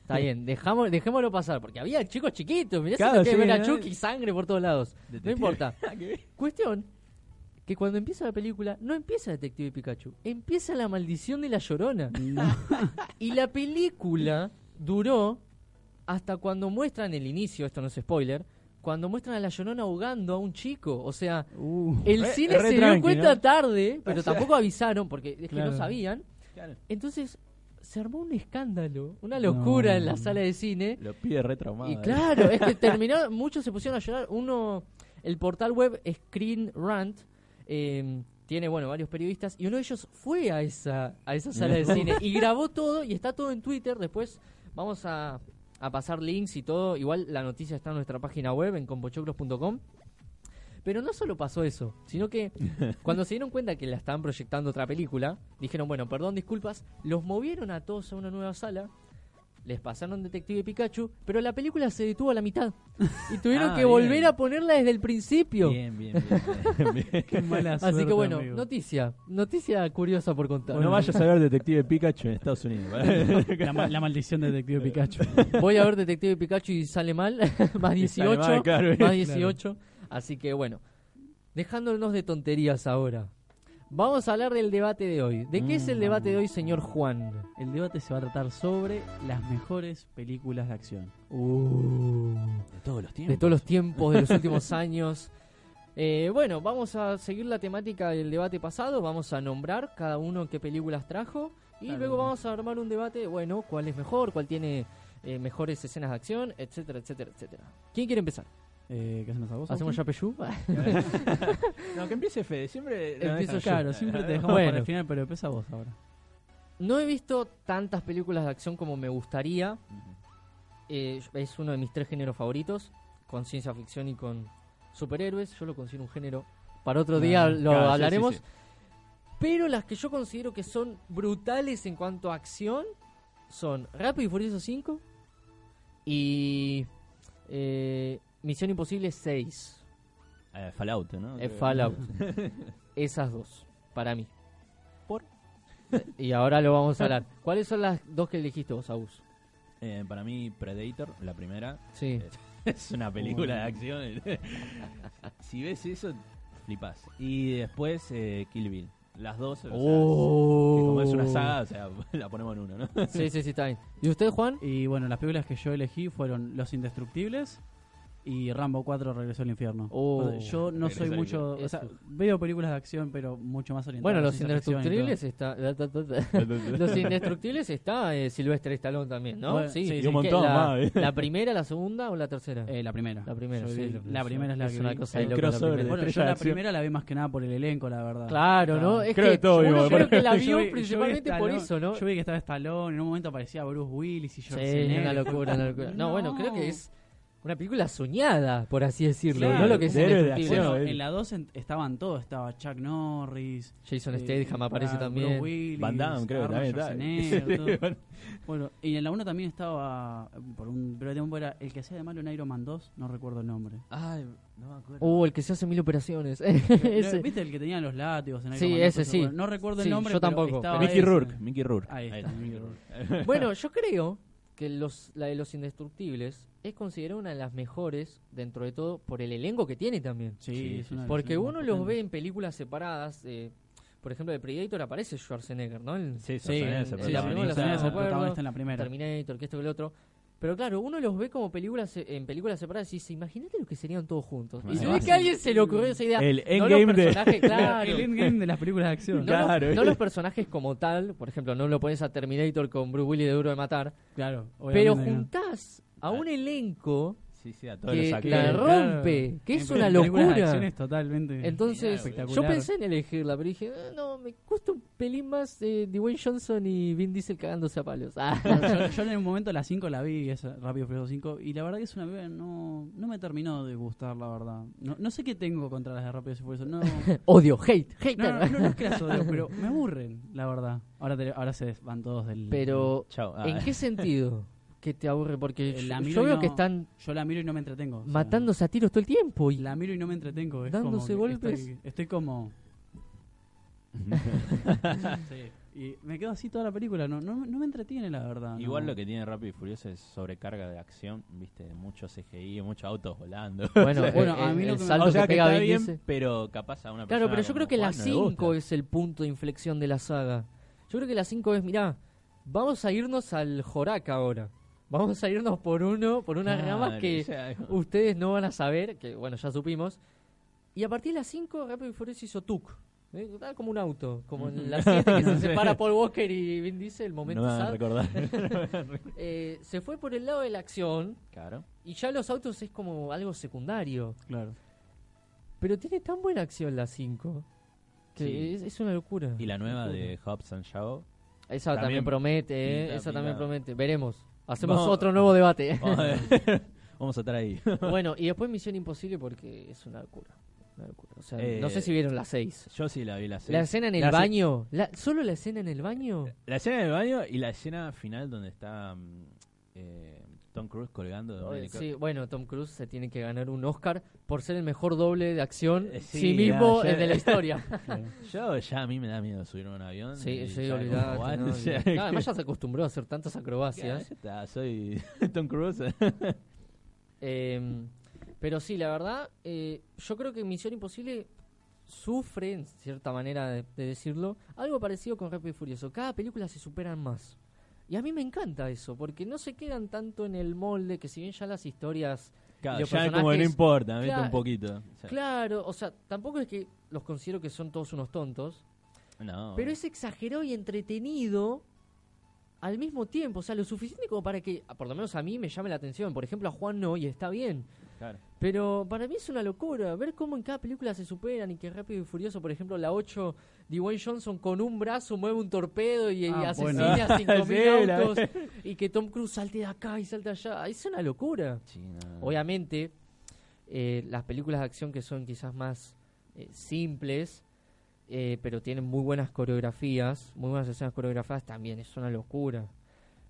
[SPEAKER 2] Está bien, dejamos, dejémoslo pasar, porque había chicos chiquitos, mirá si
[SPEAKER 3] Claro, sí,
[SPEAKER 2] no quieren ver a
[SPEAKER 3] ¿no?
[SPEAKER 2] Chucky, sangre por todos lados. No
[SPEAKER 3] Detective.
[SPEAKER 2] importa.
[SPEAKER 3] Ah, qué bien.
[SPEAKER 2] Cuestión que cuando empieza la película, no empieza Detective Pikachu, empieza la maldición de la llorona. y la película duró hasta cuando muestran el inicio, esto no es spoiler, cuando muestran a la llorona ahogando a un chico. O sea,
[SPEAKER 4] Uh.
[SPEAKER 2] el
[SPEAKER 3] Re-
[SPEAKER 2] cine
[SPEAKER 3] re
[SPEAKER 2] se
[SPEAKER 3] tranqui,
[SPEAKER 2] dio cuenta
[SPEAKER 3] ¿no?
[SPEAKER 2] tarde, pero
[SPEAKER 3] O sea.
[SPEAKER 2] tampoco avisaron porque es que
[SPEAKER 4] Claro.
[SPEAKER 2] no sabían.
[SPEAKER 3] Claro.
[SPEAKER 2] Entonces se armó un escándalo, una locura
[SPEAKER 4] No.
[SPEAKER 2] en la sala de cine.
[SPEAKER 3] Lo pide re traumado. eh.
[SPEAKER 2] Y claro, es que terminó, muchos se pusieron a llorar. Uno, el portal web Screen Rant eh, tiene, bueno, varios periodistas y uno de ellos fue a esa, a esa sala de cine y grabó todo y está todo en Twitter. Después vamos a, a pasar links y todo. Igual la noticia está en nuestra página web en compochoclos.com. Pero no solo pasó eso, sino que cuando se dieron cuenta que la estaban proyectando otra película, dijeron, bueno, perdón, disculpas, los movieron a todos a una nueva sala, les pasaron Detective Pikachu, pero la película se detuvo a la mitad. Y tuvieron
[SPEAKER 3] Ah,
[SPEAKER 2] que
[SPEAKER 3] bien.
[SPEAKER 2] volver a ponerla desde el principio.
[SPEAKER 3] Bien, bien, bien. bien, bien.
[SPEAKER 4] Qué mala
[SPEAKER 2] Así que
[SPEAKER 4] suerte,
[SPEAKER 2] bueno,
[SPEAKER 4] amigo.
[SPEAKER 2] noticia, noticia curiosa por contar.
[SPEAKER 4] Bueno,
[SPEAKER 3] No vayas a ver Detective Pikachu en Estados Unidos. ¿vale?
[SPEAKER 4] La, ma- la maldición de Detective Pikachu.
[SPEAKER 2] Voy a ver Detective Pikachu y sale mal, más 18,
[SPEAKER 3] mal, claro.
[SPEAKER 2] más 18. Así que bueno, dejándonos de tonterías ahora. Vamos a hablar del debate de hoy. ¿De qué es el debate de hoy, señor Juan?
[SPEAKER 4] El debate se va a tratar sobre las mejores películas de acción.
[SPEAKER 3] De todos los tiempos.
[SPEAKER 2] de todos los tiempos, de los últimos años. Eh, bueno, vamos a seguir la temática del debate pasado, vamos a nombrar cada uno qué películas trajo y
[SPEAKER 4] Claro.
[SPEAKER 2] luego vamos a armar un debate, bueno, cuál es mejor, cuál tiene eh, mejores escenas de acción, etcétera, etcétera, etcétera. ¿Quién quiere empezar?
[SPEAKER 4] Eh, ¿Qué hacemos a vos?
[SPEAKER 2] ¿Hacemos ya Peyú?
[SPEAKER 3] No, que empiece Fede. Siempre. no,
[SPEAKER 2] Empiezo
[SPEAKER 3] deja-
[SPEAKER 2] yo.
[SPEAKER 4] Claro, siempre te dejamos para
[SPEAKER 2] Bueno.
[SPEAKER 4] el final, pero empieza vos ahora.
[SPEAKER 2] No he visto tantas películas de acción como me gustaría. Eh, es uno de mis tres géneros favoritos, con ciencia ficción y con superhéroes. Yo lo considero un género. Para otro día lo
[SPEAKER 3] Ah, claro, sí, sí,
[SPEAKER 2] hablaremos.
[SPEAKER 3] sí.
[SPEAKER 2] Pero las que yo considero que son brutales en cuanto a acción son Rápido y Furioso 5 y eh, Misión Imposible 6.
[SPEAKER 3] Eh, Fallout, ¿no?
[SPEAKER 2] Eh, Fallout. Esas dos, para mí. ¿Por? Y ahora lo vamos a hablar. ¿Cuáles son las dos que elegiste vos, Agus?
[SPEAKER 3] Eh, para mí, Predator, la primera,
[SPEAKER 2] Sí.
[SPEAKER 3] es una película de acción. si ves eso, flipas. Y después, eh, Kill Bill. Las dos, o sea, que como es
[SPEAKER 4] Oh.
[SPEAKER 3] una saga, o sea, la ponemos en uno, ¿no?
[SPEAKER 2] Sí, sí, sí, está bien. ¿Y usted, Juan?
[SPEAKER 4] Y bueno, las películas que yo elegí fueron Los Indestructibles y Rambo 4 Regresó al Infierno.
[SPEAKER 2] Oh.
[SPEAKER 4] yo no
[SPEAKER 3] Regresó
[SPEAKER 4] soy
[SPEAKER 3] al
[SPEAKER 4] mucho.
[SPEAKER 2] Infierno.
[SPEAKER 4] O sea,
[SPEAKER 2] Eso.
[SPEAKER 4] veo películas de acción, pero mucho más orientadas
[SPEAKER 2] Bueno,
[SPEAKER 4] a
[SPEAKER 2] los
[SPEAKER 4] ciencia ficción y todo.
[SPEAKER 2] indestructibles está. los indestructibles está eh, Silvestre Stallone también, ¿no?
[SPEAKER 4] Bueno, sí,
[SPEAKER 3] y un montón
[SPEAKER 2] ¿qué? la,
[SPEAKER 3] más, ¿eh?
[SPEAKER 2] ¿La primera, la segunda o la tercera?
[SPEAKER 4] Eh, la primera.
[SPEAKER 2] La primera,
[SPEAKER 4] Yo
[SPEAKER 2] sí,
[SPEAKER 4] vi-
[SPEAKER 2] lo que
[SPEAKER 4] la
[SPEAKER 2] es,
[SPEAKER 4] primera es la
[SPEAKER 2] es
[SPEAKER 4] que
[SPEAKER 2] una
[SPEAKER 4] vi.
[SPEAKER 2] cosa
[SPEAKER 3] El
[SPEAKER 2] de loco, la
[SPEAKER 3] crossover
[SPEAKER 2] primera.
[SPEAKER 3] de-
[SPEAKER 4] Bueno, yo
[SPEAKER 3] estrella de
[SPEAKER 4] la
[SPEAKER 3] acción.
[SPEAKER 4] primera la vi más que nada por el elenco, la verdad.
[SPEAKER 2] Claro, ¿no? Es
[SPEAKER 3] Creo
[SPEAKER 2] que
[SPEAKER 3] que todo
[SPEAKER 2] uno
[SPEAKER 3] igual,
[SPEAKER 2] creo
[SPEAKER 3] boludo.
[SPEAKER 2] que la
[SPEAKER 4] Yo
[SPEAKER 2] vio
[SPEAKER 4] vi- yo vi
[SPEAKER 2] principalmente por
[SPEAKER 4] Stallone-
[SPEAKER 2] eso, ¿no?
[SPEAKER 4] Yo vi que estaba Stallone, en un momento aparecía Bruce Willis y
[SPEAKER 2] Sí,
[SPEAKER 4] Schwarzenegger.
[SPEAKER 2] una locura, una locura. No, bueno, creo que es una película soñada, por así decirlo.
[SPEAKER 4] Claro,
[SPEAKER 2] no lo que es
[SPEAKER 3] de héroes de
[SPEAKER 2] indestructible.
[SPEAKER 4] Bueno,
[SPEAKER 3] eh.
[SPEAKER 4] en la 2 en- estaban todos, estaba Chuck Norris,
[SPEAKER 2] Jason
[SPEAKER 4] eh,
[SPEAKER 2] Statham aparece
[SPEAKER 4] claro,
[SPEAKER 2] también.
[SPEAKER 4] Bruce Willis,
[SPEAKER 3] Van Damme, creo que
[SPEAKER 4] Arnold
[SPEAKER 3] también
[SPEAKER 4] Schwarzenegger, todo.
[SPEAKER 3] está.
[SPEAKER 4] Bueno, y en la 1 también estaba, eh, por un breve tiempo era el que hacía de malo en Iron Man 2, no recuerdo el nombre.
[SPEAKER 3] Ay, no me acuerdo.
[SPEAKER 2] Uh, el que se hace mil operaciones.
[SPEAKER 4] Pero,
[SPEAKER 2] Ese.
[SPEAKER 4] ¿Viste el que tenía los látigos en Iron
[SPEAKER 2] Sí,
[SPEAKER 4] Man
[SPEAKER 2] ese
[SPEAKER 4] no sé
[SPEAKER 2] sí.
[SPEAKER 4] cuál? No recuerdo
[SPEAKER 2] Sí,
[SPEAKER 4] el nombre,
[SPEAKER 2] yo
[SPEAKER 4] pero
[SPEAKER 2] tampoco,
[SPEAKER 4] estaba
[SPEAKER 2] pero-
[SPEAKER 3] Mickey
[SPEAKER 4] ese.
[SPEAKER 3] Rourke, Mickey Rourke.
[SPEAKER 4] Ahí está, Mickey Rourke.
[SPEAKER 2] Bueno, yo creo que los, la de los indestructibles es considerada una de las mejores dentro de todo por el elenco que tiene también.
[SPEAKER 4] Sí,
[SPEAKER 3] Sí,
[SPEAKER 4] es
[SPEAKER 3] sí,
[SPEAKER 4] una de las
[SPEAKER 2] Porque
[SPEAKER 4] más
[SPEAKER 2] uno los ve
[SPEAKER 4] potentes.
[SPEAKER 2] en películas separadas. eh, por ejemplo, de Predator aparece Schwarzenegger, ¿no? En
[SPEAKER 3] Sí,
[SPEAKER 4] Sí,
[SPEAKER 3] Schwarzenegger se
[SPEAKER 4] sí, la
[SPEAKER 3] protagonista.
[SPEAKER 4] primera la
[SPEAKER 2] protagonista,
[SPEAKER 4] es el
[SPEAKER 2] me acuerdo.
[SPEAKER 4] protagonista en la primera.
[SPEAKER 2] Terminator, que esto que lo otro. Pero claro, uno los ve como películas eh, en películas separadas y dice, imagínate lo que serían todos juntos. Y
[SPEAKER 4] Ah,
[SPEAKER 2] se ve
[SPEAKER 4] sí.
[SPEAKER 2] que a alguien se le ocurrió esa idea.
[SPEAKER 4] El
[SPEAKER 2] no
[SPEAKER 4] endgame
[SPEAKER 2] los
[SPEAKER 4] de-
[SPEAKER 2] personajes, claro.
[SPEAKER 4] El endgame de las películas de acción.
[SPEAKER 2] No, los-
[SPEAKER 4] Claro.
[SPEAKER 2] no los personajes como tal, por ejemplo, no lo pones a Terminator con Bruce Willis de Duro de Matar.
[SPEAKER 4] Claro,
[SPEAKER 2] Pero
[SPEAKER 4] obviamente no. Ah.
[SPEAKER 2] juntás a un elenco
[SPEAKER 3] Sí, sí, a todos
[SPEAKER 2] que
[SPEAKER 3] los
[SPEAKER 2] la
[SPEAKER 3] actores.
[SPEAKER 2] rompe,
[SPEAKER 4] Claro.
[SPEAKER 2] que es
[SPEAKER 4] En
[SPEAKER 2] una
[SPEAKER 4] películas de
[SPEAKER 2] locura.
[SPEAKER 4] acción es totalmente
[SPEAKER 2] Entonces, yo
[SPEAKER 4] espectacular.
[SPEAKER 2] pensé en elegirla, pero dije, "Ah, no, me cuesta un pelín más eh, Dwayne Johnson y Vin Diesel cagándose a palos. Ah.
[SPEAKER 4] yo, yo en un momento a las 5 la vi, esa Rápido y Furioso 5, y la verdad que es una película que no, no me terminó de gustar, la verdad. No, no sé qué tengo contra las de Rápido y Furioso. No,
[SPEAKER 2] Odio, hate, hate.
[SPEAKER 4] No, no, no, no es que las odio, pero me aburren, la verdad. Ahora, te- ahora se van todos del...
[SPEAKER 2] Pero,
[SPEAKER 4] Chao.
[SPEAKER 3] Ah.
[SPEAKER 2] ¿en qué sentido que te aburre? Porque
[SPEAKER 4] Eh,
[SPEAKER 2] yo,
[SPEAKER 4] la
[SPEAKER 2] yo
[SPEAKER 4] miro y
[SPEAKER 2] veo
[SPEAKER 4] no-
[SPEAKER 2] que están
[SPEAKER 4] Yo la miro y no me entretengo. o sea,
[SPEAKER 2] matándose a tiros todo el tiempo. Y...
[SPEAKER 4] la miro y no me entretengo. es
[SPEAKER 2] Dándose
[SPEAKER 4] como que
[SPEAKER 2] golpes.
[SPEAKER 4] Estoy, estoy como... Sí, Y me quedo así toda la película. No, no, no me entretiene, la
[SPEAKER 2] Ah,
[SPEAKER 4] verdad.
[SPEAKER 3] Igual
[SPEAKER 4] no.
[SPEAKER 3] lo que tiene Rápido y Furioso es sobrecarga de acción, viste, mucho CGI, muchos autos volando.
[SPEAKER 2] Bueno, bueno, a mí lo que me-
[SPEAKER 3] o sea,
[SPEAKER 2] que pega
[SPEAKER 3] está
[SPEAKER 2] Vin
[SPEAKER 3] bien,
[SPEAKER 2] Diesel.
[SPEAKER 3] pero capaz a una persona
[SPEAKER 2] Claro, pero yo
[SPEAKER 3] como
[SPEAKER 2] creo que la
[SPEAKER 3] Juan no le gusta.
[SPEAKER 2] 5 es el punto de inflexión de la saga. Yo creo que la 5 es, mirá, vamos a irnos al Joraca ahora. Vamos a irnos por uno, por unas
[SPEAKER 3] Claro,
[SPEAKER 2] ramas que
[SPEAKER 3] o sea,
[SPEAKER 2] ustedes no van a saber, que bueno, ya supimos. Y a partir de la 5, Rápido y Furioso hizo Tuk. ¿eh? Estaba como un auto, como en la 7 que se
[SPEAKER 3] No sé.
[SPEAKER 2] separa Paul Walker y Vin Diesel, el momento
[SPEAKER 3] No me van a
[SPEAKER 2] sad.
[SPEAKER 3] recordar. No me van a recordar.
[SPEAKER 2] Eh, se fue por el lado de la acción
[SPEAKER 3] Claro.
[SPEAKER 2] y ya los autos es como algo secundario.
[SPEAKER 4] Claro.
[SPEAKER 2] Pero tiene tan buena acción la 5 que
[SPEAKER 3] Sí.
[SPEAKER 2] es, es una locura.
[SPEAKER 3] Y la nueva
[SPEAKER 2] Locura.
[SPEAKER 3] de Hobbs and Shaw.
[SPEAKER 2] Esa también, promete, eh, esa también promete. Veremos. Hacemos
[SPEAKER 3] Vamos-
[SPEAKER 2] otro nuevo debate.
[SPEAKER 3] Vamos a ver. Oh, Vamos a estar ahí.
[SPEAKER 2] bueno, y después Misión Imposible porque es una locura. Una locura. O sea, no sé
[SPEAKER 3] Eh,
[SPEAKER 2] si vieron la 6.
[SPEAKER 3] Yo sí la vi la Eh, 6.
[SPEAKER 2] La escena en el baño. La, ¿Solo la escena en el baño?
[SPEAKER 3] La escena en el baño y la escena final donde está mm, eh, Tom Cruise colgando de un
[SPEAKER 2] Eh,
[SPEAKER 3] helicóptero.
[SPEAKER 2] Sí, bueno, Tom Cruise se tiene que ganar un Oscar por ser el mejor doble de acción
[SPEAKER 3] Eh,
[SPEAKER 2] sí,
[SPEAKER 3] sí,
[SPEAKER 2] mismo
[SPEAKER 3] ya, ya.
[SPEAKER 2] el de la historia.
[SPEAKER 3] Yo ya a mí me da miedo subirme a un avión.
[SPEAKER 2] sí,
[SPEAKER 3] y
[SPEAKER 2] sí,
[SPEAKER 3] ya
[SPEAKER 2] olvidate,
[SPEAKER 3] como, what?
[SPEAKER 2] no,
[SPEAKER 3] O sea,
[SPEAKER 2] olvidate. No, además ya se acostumbró a hacer tantas acrobacias.
[SPEAKER 3] Ya está, soy Tom Cruise.
[SPEAKER 2] Eh, pero sí, la verdad, eh, yo creo que Misión Imposible sufre, en cierta manera de, de decirlo, algo parecido con Rápido y Furioso. Cada película se superan más. Y a mí me encanta eso, porque no se quedan tanto en el molde, que si bien ya las historias... y
[SPEAKER 3] Claro,
[SPEAKER 2] los
[SPEAKER 3] ya como que no
[SPEAKER 2] personajes-
[SPEAKER 3] importa, viste
[SPEAKER 2] Cla-
[SPEAKER 3] un poquito. O sea,
[SPEAKER 2] Claro, o sea, tampoco es que los considero que son todos unos tontos,
[SPEAKER 3] No.
[SPEAKER 2] pero es exagerado y entretenido al mismo tiempo, o sea, lo suficiente como para que, por lo menos a mí, me llame la atención. Por ejemplo, a Juan no, y está bien.
[SPEAKER 3] Claro.
[SPEAKER 2] Pero para mí es una locura ver cómo en cada película se superan y que Rápido y Furioso, por ejemplo, la 8, Dwayne Johnson con un brazo mueve un torpedo y, y
[SPEAKER 4] Ah,
[SPEAKER 2] asesina
[SPEAKER 4] bueno.
[SPEAKER 2] a 5.000
[SPEAKER 4] Sí, la
[SPEAKER 2] autos y que Tom Cruise salte de acá y salte allá. Es una locura.
[SPEAKER 3] Ah.
[SPEAKER 2] Obviamente, eh, las películas de acción que son quizás más eh, simples, eh, pero tienen muy buenas coreografías, muy buenas escenas coreografadas, también es una locura.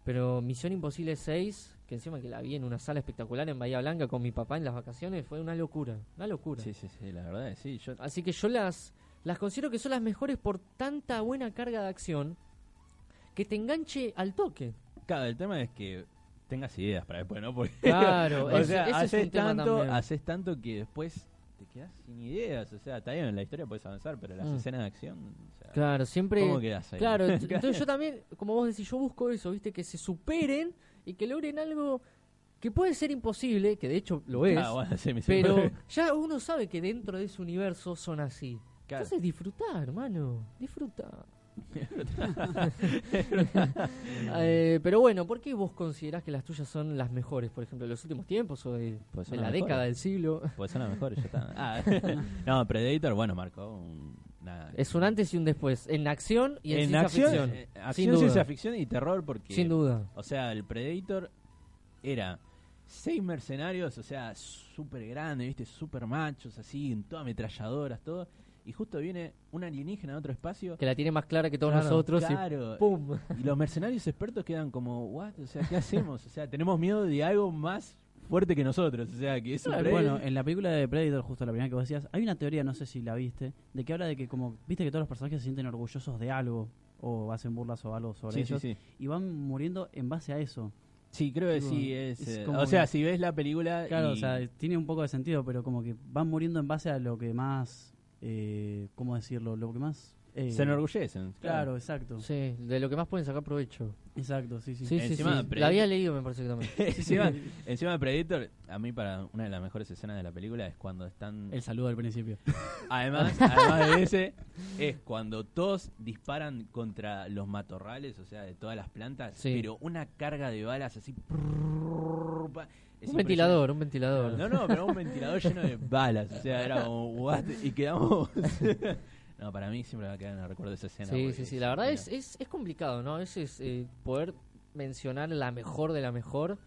[SPEAKER 2] Pero Misión Imposible 6, que encima que la vi en una sala espectacular en Bahía Blanca con mi papá en las vacaciones, fue una locura, una locura.
[SPEAKER 3] Sí, sí, sí, la verdad es sí. Yo,
[SPEAKER 2] Así que yo las, las considero que son las mejores por tanta buena carga de acción que te enganche al toque.
[SPEAKER 3] claro, el tema es que tengas ideas para después, ¿no? Porque,
[SPEAKER 2] Claro,
[SPEAKER 3] o
[SPEAKER 2] ese-
[SPEAKER 3] sea,
[SPEAKER 2] ese es
[SPEAKER 3] haces
[SPEAKER 2] un tema
[SPEAKER 3] tanto,
[SPEAKER 2] también.
[SPEAKER 3] haces tanto que después te quedas sin ideas. O sea, está bien, en la historia puedes avanzar, pero las
[SPEAKER 2] Mm.
[SPEAKER 3] escenas de acción. o sea,
[SPEAKER 2] Claro, siempre.
[SPEAKER 3] ¿Cómo quedás ahí?
[SPEAKER 2] Claro, ent- entonces yo también, como vos decís, yo busco eso, ¿viste? Que se superen y que logren algo que puede ser imposible, que de hecho lo es.
[SPEAKER 3] Ah, bueno, sí, me
[SPEAKER 2] pero
[SPEAKER 3] siempre-
[SPEAKER 2] ya uno sabe que dentro de ese universo son así.
[SPEAKER 3] Claro.
[SPEAKER 2] Entonces disfrutar, hermano. Disfrutar. Eh, pero bueno, ¿por qué vos considerás que las tuyas son las mejores, por ejemplo, de los últimos tiempos o de,
[SPEAKER 3] Pues son
[SPEAKER 2] de la
[SPEAKER 3] las mejores.
[SPEAKER 2] década del siglo?
[SPEAKER 3] Pues son las mejores, ya está. Ah, no, Predator, bueno, marcó un. nada.
[SPEAKER 2] Es un antes y un después, en acción y en,
[SPEAKER 3] en
[SPEAKER 2] ciencia
[SPEAKER 3] acción,
[SPEAKER 2] ficción.
[SPEAKER 3] eh,
[SPEAKER 2] sin
[SPEAKER 3] acción,
[SPEAKER 2] duda.
[SPEAKER 3] ciencia ficción y terror porque
[SPEAKER 2] Sin duda.
[SPEAKER 3] o sea el Predator era seis mercenarios o sea súper grandes viste súper machos así en todas ametralladoras todo y justo viene un alienígena de otro espacio
[SPEAKER 2] Que la tiene más clara que todos
[SPEAKER 3] Claro,
[SPEAKER 2] nosotros. y
[SPEAKER 3] claro.
[SPEAKER 2] ¡Pum!
[SPEAKER 3] y los mercenarios expertos quedan como what o sea qué hacemos o sea tenemos miedo de algo más fuerte que nosotros o sea que es un
[SPEAKER 2] Claro,
[SPEAKER 3] Predator.
[SPEAKER 4] Bueno, eh, en la película de Predator, justo la primera que vos decías, hay una teoría, no sé si la viste, de que habla de que como, viste que todos los personajes se sienten orgullosos de algo, o hacen burlas o algo sobre
[SPEAKER 3] Sí, sí,
[SPEAKER 4] ellos,
[SPEAKER 3] sí.
[SPEAKER 4] y van muriendo en base a eso.
[SPEAKER 3] sí creo que
[SPEAKER 4] Tipo,
[SPEAKER 3] sí es, eh,
[SPEAKER 4] como
[SPEAKER 3] o sea
[SPEAKER 4] que-
[SPEAKER 3] si ves la película
[SPEAKER 4] Claro,
[SPEAKER 3] y-
[SPEAKER 4] o sea, tiene un poco de sentido, pero como que van muriendo en base a lo que más, eh, ¿cómo decirlo? Lo que más eh,
[SPEAKER 3] Se enorgullecen.
[SPEAKER 4] Claro, exacto.
[SPEAKER 2] Sí, de lo que más pueden sacar provecho.
[SPEAKER 4] Exacto, sí, sí.
[SPEAKER 2] Sí, sí,
[SPEAKER 3] Encima,
[SPEAKER 2] sí.
[SPEAKER 3] Predator-
[SPEAKER 2] La había leído, me parece que también.
[SPEAKER 3] encima, encima de Predator, a mí para una de las mejores escenas de la película es cuando están...
[SPEAKER 2] Eh.
[SPEAKER 4] El saludo al principio.
[SPEAKER 3] Además, además de ese, es cuando todos disparan contra los matorrales, o sea, de todas las plantas,
[SPEAKER 2] Sí.
[SPEAKER 3] pero una carga de balas así... prrrr, pa- es
[SPEAKER 2] Un ventilador, un
[SPEAKER 3] impresionante.
[SPEAKER 2] ventilador.
[SPEAKER 3] No, no, pero un ventilador lleno de balas, o sea, era como... What? Y quedamos... no, para mí siempre me va a quedar en el recuerdo de esa escena.
[SPEAKER 2] Sí,
[SPEAKER 3] porque
[SPEAKER 2] sí, sí. La verdad
[SPEAKER 3] mira.
[SPEAKER 2] es, es, es complicado, ¿no? A veces eh, poder mencionar la mejor de la mejor.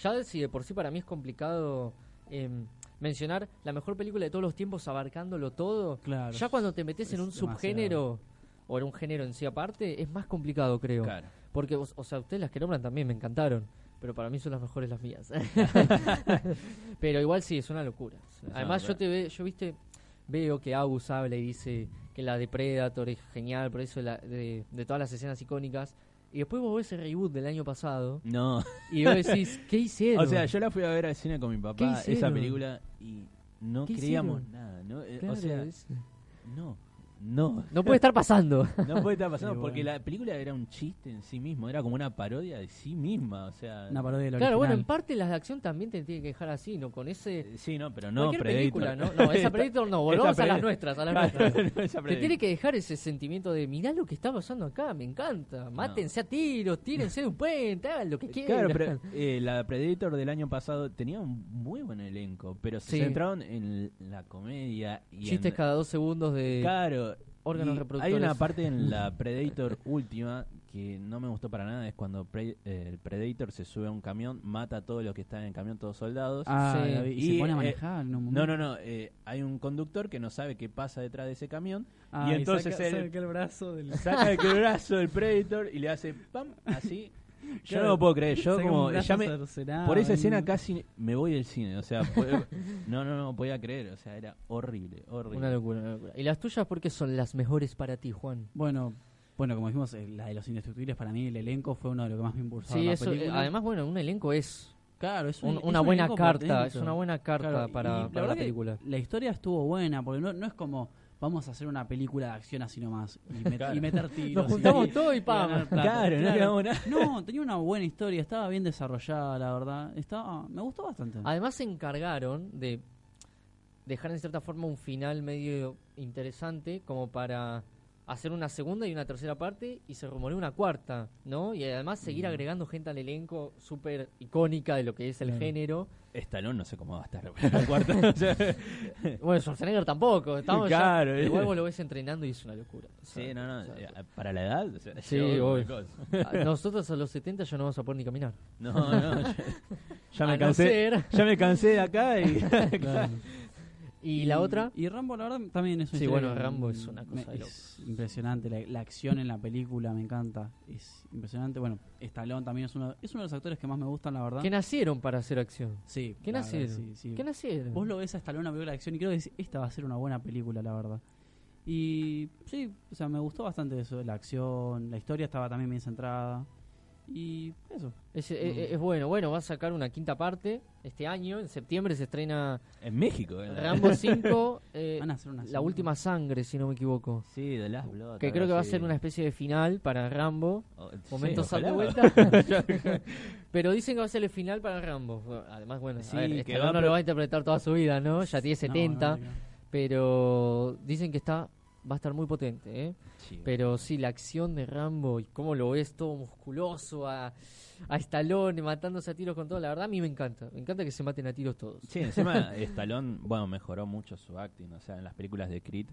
[SPEAKER 2] Ya de- si de por sí para mí es complicado eh, mencionar la mejor película de todos los tiempos abarcándolo todo.
[SPEAKER 4] Claro.
[SPEAKER 2] ya cuando te metes en
[SPEAKER 4] es
[SPEAKER 2] un
[SPEAKER 4] demasiado.
[SPEAKER 2] subgénero o en un género en sí aparte, es más complicado, creo.
[SPEAKER 3] Claro.
[SPEAKER 2] Porque, o, o sea, ustedes las que nombran también me encantaron. Pero para mí son las mejores las mías. pero igual sí, es una locura.
[SPEAKER 3] una
[SPEAKER 2] Además, yo
[SPEAKER 3] locura.
[SPEAKER 2] te ve, yo viste, veo que Agus habla y dice que la de Predator es genial, por eso la- de, de todas las escenas icónicas. Y después vos ves el reboot del año pasado
[SPEAKER 3] No.
[SPEAKER 2] y vos decís, ¿qué hicieron?
[SPEAKER 3] O sea, yo la fui a ver al cine con mi papá,
[SPEAKER 2] ¿Qué
[SPEAKER 3] esa
[SPEAKER 2] hicieron?
[SPEAKER 3] película, y no
[SPEAKER 2] ¿Qué
[SPEAKER 3] creíamos
[SPEAKER 2] hicieron?
[SPEAKER 3] nada, ¿no? Eh,
[SPEAKER 2] Claro,
[SPEAKER 3] o sea,
[SPEAKER 2] es-
[SPEAKER 3] no, no.
[SPEAKER 2] no puede estar pasando.
[SPEAKER 3] No puede estar pasando
[SPEAKER 4] Sí,
[SPEAKER 3] porque
[SPEAKER 4] bueno.
[SPEAKER 3] la película era un chiste en sí mismo, era como una parodia de sí misma, o sea...
[SPEAKER 4] Una parodia de la
[SPEAKER 2] Claro, bueno, en
[SPEAKER 4] original.
[SPEAKER 2] parte las de acción también te tiene que dejar así, ¿no? Con ese...
[SPEAKER 3] eh, Sí, no, pero no
[SPEAKER 2] Cualquier
[SPEAKER 3] Predator.
[SPEAKER 2] película, ¿no? No, esa
[SPEAKER 3] Esta-
[SPEAKER 2] Predator no,
[SPEAKER 3] esta
[SPEAKER 2] volvamos a las
[SPEAKER 3] Predator-
[SPEAKER 2] nuestras, a las
[SPEAKER 3] Claro,
[SPEAKER 2] nuestras.
[SPEAKER 3] no, esa
[SPEAKER 2] Te
[SPEAKER 3] Predator.
[SPEAKER 2] tiene que dejar ese sentimiento de mirá lo que está pasando acá, me encanta. Mátense a tiros, tírense de un puente, hagan lo que quieran.
[SPEAKER 3] Claro, pero eh, la Predator del año pasado tenía un muy buen elenco, pero se
[SPEAKER 2] Sí.
[SPEAKER 3] centraron en la comedia y
[SPEAKER 2] Chistes
[SPEAKER 3] en,
[SPEAKER 2] cada dos segundos de...
[SPEAKER 3] Claro.
[SPEAKER 2] órganos
[SPEAKER 3] y
[SPEAKER 2] reproductores.
[SPEAKER 3] Hay una parte en la Predator última que no me gustó para nada, es cuando Pre- eh, el Predator se sube a un camión, mata a todos los que están en el camión, todos soldados.
[SPEAKER 4] Ah,
[SPEAKER 2] Sí.
[SPEAKER 4] la vi- y,
[SPEAKER 3] Y,
[SPEAKER 4] se pone a
[SPEAKER 3] eh,
[SPEAKER 4] manejar. en un
[SPEAKER 3] No,
[SPEAKER 4] momento.
[SPEAKER 3] no, no, eh, hay un conductor que no sabe qué pasa detrás de ese camión,
[SPEAKER 4] Ah,
[SPEAKER 3] y entonces
[SPEAKER 4] saca,
[SPEAKER 3] él-
[SPEAKER 4] saca el brazo del.
[SPEAKER 3] saca el brazo del Predator y le hace pam, así. Yo no lo puedo creer, yo
[SPEAKER 4] saca un
[SPEAKER 3] como...
[SPEAKER 4] brazo
[SPEAKER 3] ya me-
[SPEAKER 4] cercenado,
[SPEAKER 3] por esa
[SPEAKER 4] ahí.
[SPEAKER 3] escena casi me voy del cine, o sea, fue- no, no, no podía creer, o sea, era horrible, horrible.
[SPEAKER 2] Una locura, una locura. ¿Y las tuyas por qué son las mejores para ti, Juan?
[SPEAKER 4] Bueno, bueno, como dijimos, eh, la de los indestructibles para mí el elenco fue uno de los que más me impulsó a
[SPEAKER 2] Sí,
[SPEAKER 4] la
[SPEAKER 2] eso, eh,
[SPEAKER 4] película.
[SPEAKER 2] además, bueno, un elenco es,
[SPEAKER 4] claro, es
[SPEAKER 2] un-
[SPEAKER 4] un-
[SPEAKER 2] una
[SPEAKER 4] es un
[SPEAKER 2] buena
[SPEAKER 4] elenco
[SPEAKER 2] carta,
[SPEAKER 4] potente.
[SPEAKER 2] es una buena carta
[SPEAKER 4] Claro, y
[SPEAKER 2] para, para la,
[SPEAKER 4] verdad que
[SPEAKER 2] película.
[SPEAKER 4] La historia estuvo buena, porque no, no es como vamos a hacer una película de acción así nomás y, met- y meter tiros.
[SPEAKER 2] Nos juntamos
[SPEAKER 4] y-
[SPEAKER 2] todo y
[SPEAKER 4] y ganar
[SPEAKER 2] pam.
[SPEAKER 4] plata.
[SPEAKER 3] Claro, no quedamos nada.
[SPEAKER 4] No, tenía una buena historia, estaba bien desarrollada, la verdad. Estaba, ah, me gustó bastante.
[SPEAKER 2] Además se encargaron de dejar en cierta forma un final medio interesante como para hacer una segunda y una tercera parte y se rumoreó una cuarta, ¿no? Y además seguir agregando gente al elenco súper icónica de lo que es el
[SPEAKER 4] Claro.
[SPEAKER 2] género.
[SPEAKER 3] Estalón no sé cómo va a estar para la cuarta. o sea,
[SPEAKER 2] Bueno, Schwarzenegger tampoco, estamos ya-
[SPEAKER 3] Claro, eh.
[SPEAKER 2] igual vos lo ves entrenando y es una locura. O sea,
[SPEAKER 3] sí, no, no,
[SPEAKER 2] o sea,
[SPEAKER 3] eh, para la edad. o sea,
[SPEAKER 2] Sí,
[SPEAKER 3] yo-
[SPEAKER 2] obvio. a- nosotros a los 70 ya no vamos a poder ni caminar.
[SPEAKER 3] No, no, ya, ya
[SPEAKER 2] A
[SPEAKER 3] me
[SPEAKER 2] no
[SPEAKER 3] cansé.
[SPEAKER 2] ser-
[SPEAKER 3] ya me cansé de acá y.
[SPEAKER 4] Claro.
[SPEAKER 2] Y la otra,
[SPEAKER 4] Y Rambo, la verdad, también es una
[SPEAKER 2] Sí,
[SPEAKER 4] historia
[SPEAKER 2] bueno,
[SPEAKER 4] que
[SPEAKER 2] Rambo
[SPEAKER 4] me-
[SPEAKER 2] es una cosa de
[SPEAKER 4] es impresionante. La, la acción en la película me encanta. Es impresionante. Bueno, Stallone también es uno, es uno de los actores que más me gustan, la verdad.
[SPEAKER 2] que nacieron para hacer acción.
[SPEAKER 4] Sí,
[SPEAKER 2] ¿Qué
[SPEAKER 4] la verdad,
[SPEAKER 2] nacieron?
[SPEAKER 4] sí, sí.
[SPEAKER 2] ¿Qué nacieron?
[SPEAKER 4] Vos lo ves a Stallone en una película de acción y creo que decís, esta va a ser una buena película, la verdad. Y sí, o sea, me gustó bastante eso, la acción, la historia estaba también bien centrada. Y eso.
[SPEAKER 2] Es, es-
[SPEAKER 4] Mm.
[SPEAKER 2] es bueno, bueno, va a sacar una quinta parte este año. En septiembre se estrena
[SPEAKER 3] En México, ¿eh?
[SPEAKER 2] Rambo 5, eh,
[SPEAKER 4] Van a hacer una
[SPEAKER 2] La
[SPEAKER 4] segunda.
[SPEAKER 2] Última Sangre, si no me equivoco.
[SPEAKER 3] Sí, de las Blood.
[SPEAKER 2] Que creo que va a ser una especie de final para Rambo.
[SPEAKER 3] Oh,
[SPEAKER 2] Momento
[SPEAKER 3] momentos
[SPEAKER 2] sal de vuelta. Pero dicen que va a ser el final para Rambo. Bueno, Además, bueno, a
[SPEAKER 3] Sí,
[SPEAKER 2] ver,
[SPEAKER 3] que
[SPEAKER 2] Stallone
[SPEAKER 3] va,
[SPEAKER 2] no lo
[SPEAKER 3] pero-
[SPEAKER 2] va a interpretar toda su vida, ¿no? Ya tiene
[SPEAKER 4] No,
[SPEAKER 2] 70,
[SPEAKER 4] no, no, no.
[SPEAKER 2] pero dicen que está va a estar muy potente, ¿eh? Pero sí, la acción de Rambo y cómo lo ves todo musculoso a, a Stallone matándose a tiros con todo. La verdad, a mí me encanta. Me encanta que se maten a tiros todos.
[SPEAKER 3] Sí, encima Stallone, bueno, mejoró mucho su acting, o sea, en las películas de Creed.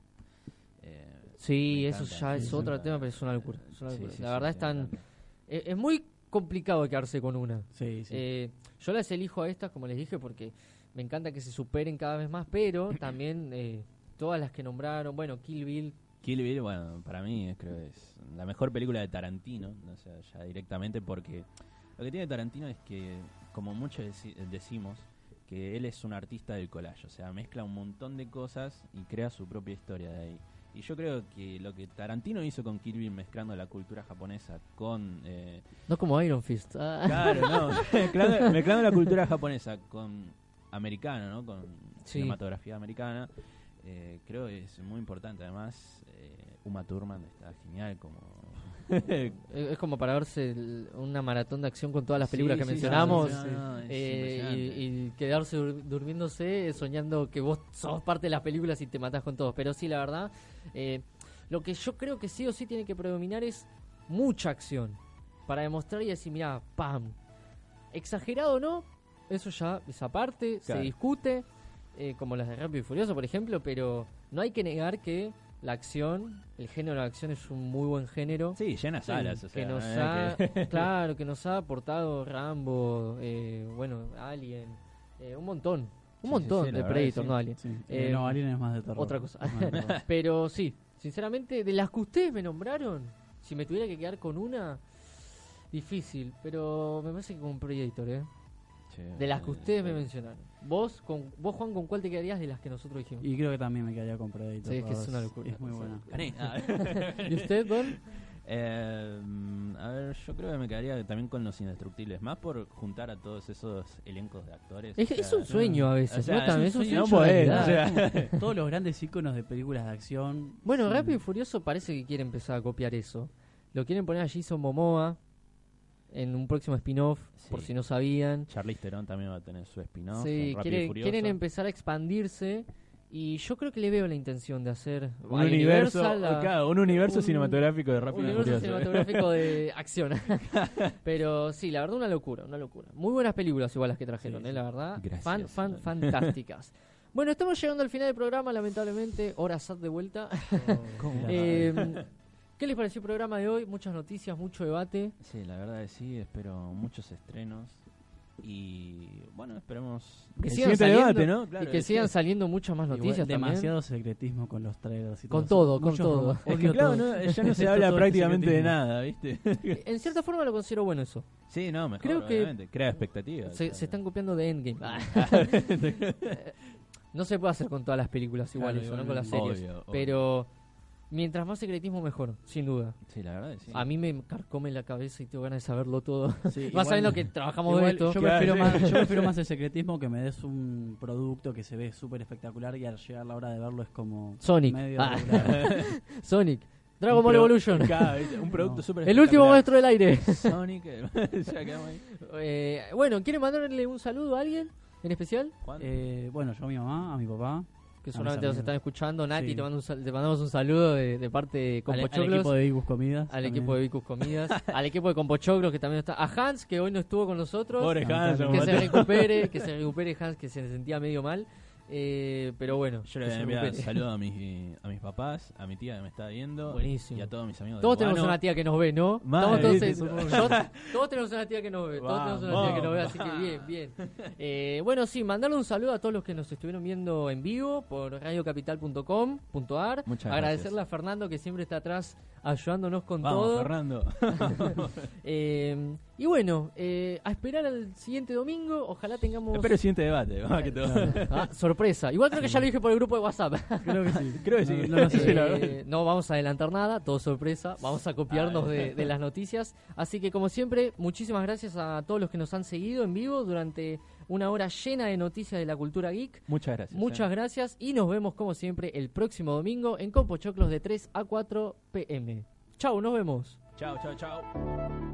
[SPEAKER 3] eh,
[SPEAKER 2] Sí,
[SPEAKER 3] me
[SPEAKER 2] eso
[SPEAKER 3] encanta,
[SPEAKER 2] ya
[SPEAKER 3] me
[SPEAKER 2] es otro
[SPEAKER 3] encanta.
[SPEAKER 2] tema, pero es una locura. es una
[SPEAKER 3] Sí,
[SPEAKER 2] locura.
[SPEAKER 3] sí,
[SPEAKER 2] la
[SPEAKER 3] sí,
[SPEAKER 2] verdad,
[SPEAKER 3] me
[SPEAKER 2] están,
[SPEAKER 3] encanta.
[SPEAKER 2] e- es muy complicado quedarse con una.
[SPEAKER 4] Sí, sí.
[SPEAKER 2] Eh, yo las elijo a estas, como les dije, porque me encanta que se superen cada vez más, pero también eh, todas las que nombraron, bueno, Kill Bill,
[SPEAKER 3] Kill Bill, bueno, para mí es- creo que es la mejor película de Tarantino, o sea, ya directamente porque lo que tiene Tarantino es que, como muchos deci- decimos, que él es un artista del collage, o sea, mezcla un montón de cosas y crea su propia historia de ahí. Y yo creo que lo que Tarantino hizo con Kill Bill, mezclando la cultura japonesa con... eh,
[SPEAKER 2] no como Iron Fist. Ah.
[SPEAKER 3] claro, no, mezclando, mezclando la cultura japonesa con americana, ¿no? Con
[SPEAKER 2] Sí.
[SPEAKER 3] cinematografía americana. Eh, creo que es muy importante. Además, eh, Uma Thurman está genial como
[SPEAKER 2] Eh, es como para verse el- una maratón de acción con todas las
[SPEAKER 3] Sí,
[SPEAKER 2] películas que
[SPEAKER 3] sí,
[SPEAKER 2] mencionamos
[SPEAKER 3] sí, sí, sí. No, no, es
[SPEAKER 2] eh,
[SPEAKER 3] impresionante.
[SPEAKER 2] y, y quedarse dur- durmiéndose eh, soñando que vos sos parte de las películas y te matás con todos. Pero sí, la verdad, eh, lo que yo creo que sí o sí tiene que predominar es mucha acción para demostrar y decir, mirá, pam, exagerado o no, eso ya es aparte,
[SPEAKER 3] Claro.
[SPEAKER 2] se discute, eh, como las de Rápido y Furioso, por ejemplo, pero no hay que negar que la acción, el género de la acción es un muy buen género.
[SPEAKER 3] Sí, llena salas, o sea,
[SPEAKER 2] que nos
[SPEAKER 3] no
[SPEAKER 2] ha,
[SPEAKER 3] es que-
[SPEAKER 2] Claro, que nos ha aportado Rambo, eh, bueno, Alien, eh, un montón. Un
[SPEAKER 4] Sí,
[SPEAKER 2] montón
[SPEAKER 4] sí, sí, la
[SPEAKER 2] de
[SPEAKER 4] verdad
[SPEAKER 2] Predator,
[SPEAKER 4] que sí.
[SPEAKER 2] no Alien.
[SPEAKER 4] Sí. Eh, no, Alien es más de terror.
[SPEAKER 2] Otra cosa.
[SPEAKER 4] Es más de terror.
[SPEAKER 2] Pero sí, sinceramente, de las que ustedes me nombraron, si me tuviera que quedar con una, difícil. Pero me parece que con Predator, ¿eh? De las que ustedes me mencionaron. Vos, con, vos Juan, ¿con cuál te quedarías de las que nosotros dijimos?
[SPEAKER 4] Y creo que también me quedaría con Predator.
[SPEAKER 2] Sí, es que es
[SPEAKER 4] dos.
[SPEAKER 2] una locura.
[SPEAKER 4] Es muy
[SPEAKER 2] Es una
[SPEAKER 4] buena.
[SPEAKER 3] Gané. Ah.
[SPEAKER 2] ¿Y usted, Don?
[SPEAKER 3] Eh, mm, a ver, yo creo que me quedaría también con los indestructibles, más por juntar a todos esos elencos de actores.
[SPEAKER 2] Es-
[SPEAKER 3] o sea,
[SPEAKER 2] es un sueño a veces,
[SPEAKER 3] o sea,
[SPEAKER 2] ¿no? También es un
[SPEAKER 3] sueño
[SPEAKER 2] sueño de
[SPEAKER 3] poder, o
[SPEAKER 2] realidad.
[SPEAKER 3] sea.
[SPEAKER 4] Eh, Todos los grandes íconos de películas de acción.
[SPEAKER 2] Bueno,
[SPEAKER 12] Mm.
[SPEAKER 4] Sí.
[SPEAKER 2] Rápido y Furioso parece que quiere empezar a copiar eso. Lo quieren poner a Jason Momoa en un próximo spin-off, por si no sabían.
[SPEAKER 3] Charlize Theron también va a tener su spin-off.
[SPEAKER 2] Sí,
[SPEAKER 3] en Rápido y
[SPEAKER 2] quieren,
[SPEAKER 3] Furioso.
[SPEAKER 2] quieren em- empezar a expandirse y yo creo que le veo la intención de hacer
[SPEAKER 12] Un
[SPEAKER 2] a
[SPEAKER 12] universo,
[SPEAKER 2] Universal, a-
[SPEAKER 12] claro, un universo cinematográfico de Rápido y
[SPEAKER 2] un universo
[SPEAKER 12] Furioso.
[SPEAKER 2] cinematográfico de acción. Pero sí, la verdad una locura, una locura. Muy buenas películas igual las que trajeron, eh, la verdad.
[SPEAKER 12] Gracias.
[SPEAKER 2] Fan, fan, fantásticas. Bueno, estamos llegando al final del programa, lamentablemente. Hora SAT de vuelta.
[SPEAKER 4] Oh,
[SPEAKER 3] ¿Cómo?
[SPEAKER 2] Eh, ¿Qué les pareció el programa de hoy? Muchas noticias, mucho debate.
[SPEAKER 3] Sí, la verdad es sí, espero muchos estrenos. Y bueno, esperemos
[SPEAKER 2] Que sigan saliendo, y que sigan saliendo muchas más
[SPEAKER 4] Igual,
[SPEAKER 2] noticias también.
[SPEAKER 4] demasiado secretismo con los trailers y
[SPEAKER 2] Con todo,
[SPEAKER 4] eso.
[SPEAKER 2] con
[SPEAKER 4] Mucho
[SPEAKER 2] todo.
[SPEAKER 4] rumor.
[SPEAKER 2] Es
[SPEAKER 4] Odio
[SPEAKER 2] que, claro,
[SPEAKER 4] todo.
[SPEAKER 2] no, ya no se
[SPEAKER 4] Detesto
[SPEAKER 2] habla
[SPEAKER 4] todo el
[SPEAKER 2] prácticamente de
[SPEAKER 4] secretismo.
[SPEAKER 3] Nada, ¿viste?
[SPEAKER 2] En cierta forma lo considero bueno eso.
[SPEAKER 3] Sí, no, mejor,
[SPEAKER 2] Creo que
[SPEAKER 3] obviamente, crea expectativas.
[SPEAKER 2] Se, se están copiando de Endgame. Ah. no se puede hacer con todas las películas igual,
[SPEAKER 3] Claro,
[SPEAKER 2] eso, no con las
[SPEAKER 3] obvio,
[SPEAKER 2] series.
[SPEAKER 3] obvio.
[SPEAKER 2] Pero mientras más secretismo, mejor, sin duda.
[SPEAKER 3] Sí, la verdad es sí.
[SPEAKER 2] A mí me carcome la cabeza y tengo ganas de saberlo todo.
[SPEAKER 4] igual-
[SPEAKER 2] más sabiendo que trabajamos de
[SPEAKER 4] igual
[SPEAKER 2] esto.
[SPEAKER 4] Yo prefiero, más, yo prefiero más el secretismo que me des un producto que se ve súper espectacular y al llegar la hora de verlo es como.
[SPEAKER 2] Sonic.
[SPEAKER 4] medio
[SPEAKER 2] Ah.
[SPEAKER 4] regular.
[SPEAKER 2] Sonic. Dragon Ball
[SPEAKER 4] pro-
[SPEAKER 2] Evolution.
[SPEAKER 4] Claro, es un producto No. súper
[SPEAKER 2] El último
[SPEAKER 4] espectacular.
[SPEAKER 2] maestro del aire.
[SPEAKER 3] Sonic, ya quedamos ahí.
[SPEAKER 2] Eh, bueno, ¿quieren mandarle un saludo a alguien en especial?
[SPEAKER 4] Eh, bueno, yo a mi mamá, a mi papá.
[SPEAKER 2] Que
[SPEAKER 4] a mis
[SPEAKER 2] solamente nos
[SPEAKER 4] amigos.
[SPEAKER 2] están escuchando. Nati,
[SPEAKER 4] Sí.
[SPEAKER 2] te, mando un sal- te mandamos un saludo de, de parte de
[SPEAKER 4] Al- al
[SPEAKER 2] Compochoclos.
[SPEAKER 4] equipo de Vicus Comidas
[SPEAKER 2] Al
[SPEAKER 4] también.
[SPEAKER 2] equipo de Vicus Comidas. al equipo de Compochoclos que también está. A Hans, que hoy no estuvo con nosotros.
[SPEAKER 12] Pobre Hans, lo
[SPEAKER 2] Que se
[SPEAKER 12] mató.
[SPEAKER 2] recupere, que se recupere Hans, que se sentía medio mal. Eh, pero bueno,
[SPEAKER 3] Yo le
[SPEAKER 2] que se
[SPEAKER 3] voy a enviar
[SPEAKER 2] recupere.
[SPEAKER 3] saludos a mis, a mis papás, a mi tía que me está viendo.
[SPEAKER 2] Buenísimo.
[SPEAKER 3] Y a todos mis amigos.
[SPEAKER 2] Todos
[SPEAKER 3] de
[SPEAKER 2] tenemos
[SPEAKER 3] Lugano.
[SPEAKER 2] una tía que nos ve, ¿no?
[SPEAKER 3] Madre,
[SPEAKER 2] Estamos todos,
[SPEAKER 3] viste,
[SPEAKER 2] en-
[SPEAKER 3] somos-
[SPEAKER 2] yo- todos tenemos una tía que nos ve, todos tenemos una tía que nos ve, así que
[SPEAKER 12] Vamos.
[SPEAKER 2] bien, bien. Eh, bueno, sí, mandarle un saludo a todos los que nos estuvieron viendo en vivo por radiocapital.com.ar.
[SPEAKER 3] Muchas
[SPEAKER 2] Agradecerle a Fernando que siempre está atrás ayudándonos con
[SPEAKER 3] Vamos,
[SPEAKER 2] todo.
[SPEAKER 3] Fernando.
[SPEAKER 2] Eh, y bueno, eh, a esperar al siguiente domingo, ojalá tengamos...
[SPEAKER 12] Espero el siguiente debate, más que todo.
[SPEAKER 2] Ah, sorpresa. Igual creo que ya lo dije por el grupo de WhatsApp.
[SPEAKER 12] Creo que sí. Creo que sí.
[SPEAKER 2] No,
[SPEAKER 12] No, no sé. Sí, la
[SPEAKER 2] Eh, vamos a adelantar nada, todo sorpresa. Vamos a
[SPEAKER 12] Ah,
[SPEAKER 2] copiarnos
[SPEAKER 12] eh.
[SPEAKER 2] de, de las noticias. Así que, como siempre, muchísimas gracias a todos los que nos han seguido en vivo durante una hora llena de noticias de la cultura geek.
[SPEAKER 3] Muchas gracias.
[SPEAKER 2] Muchas
[SPEAKER 3] eh.
[SPEAKER 2] gracias y nos vemos, como siempre, el próximo domingo en Compochoclos de 3 a 4 pm. Chau, nos vemos.
[SPEAKER 3] Chao, chao, chao.
[SPEAKER 12] Uh.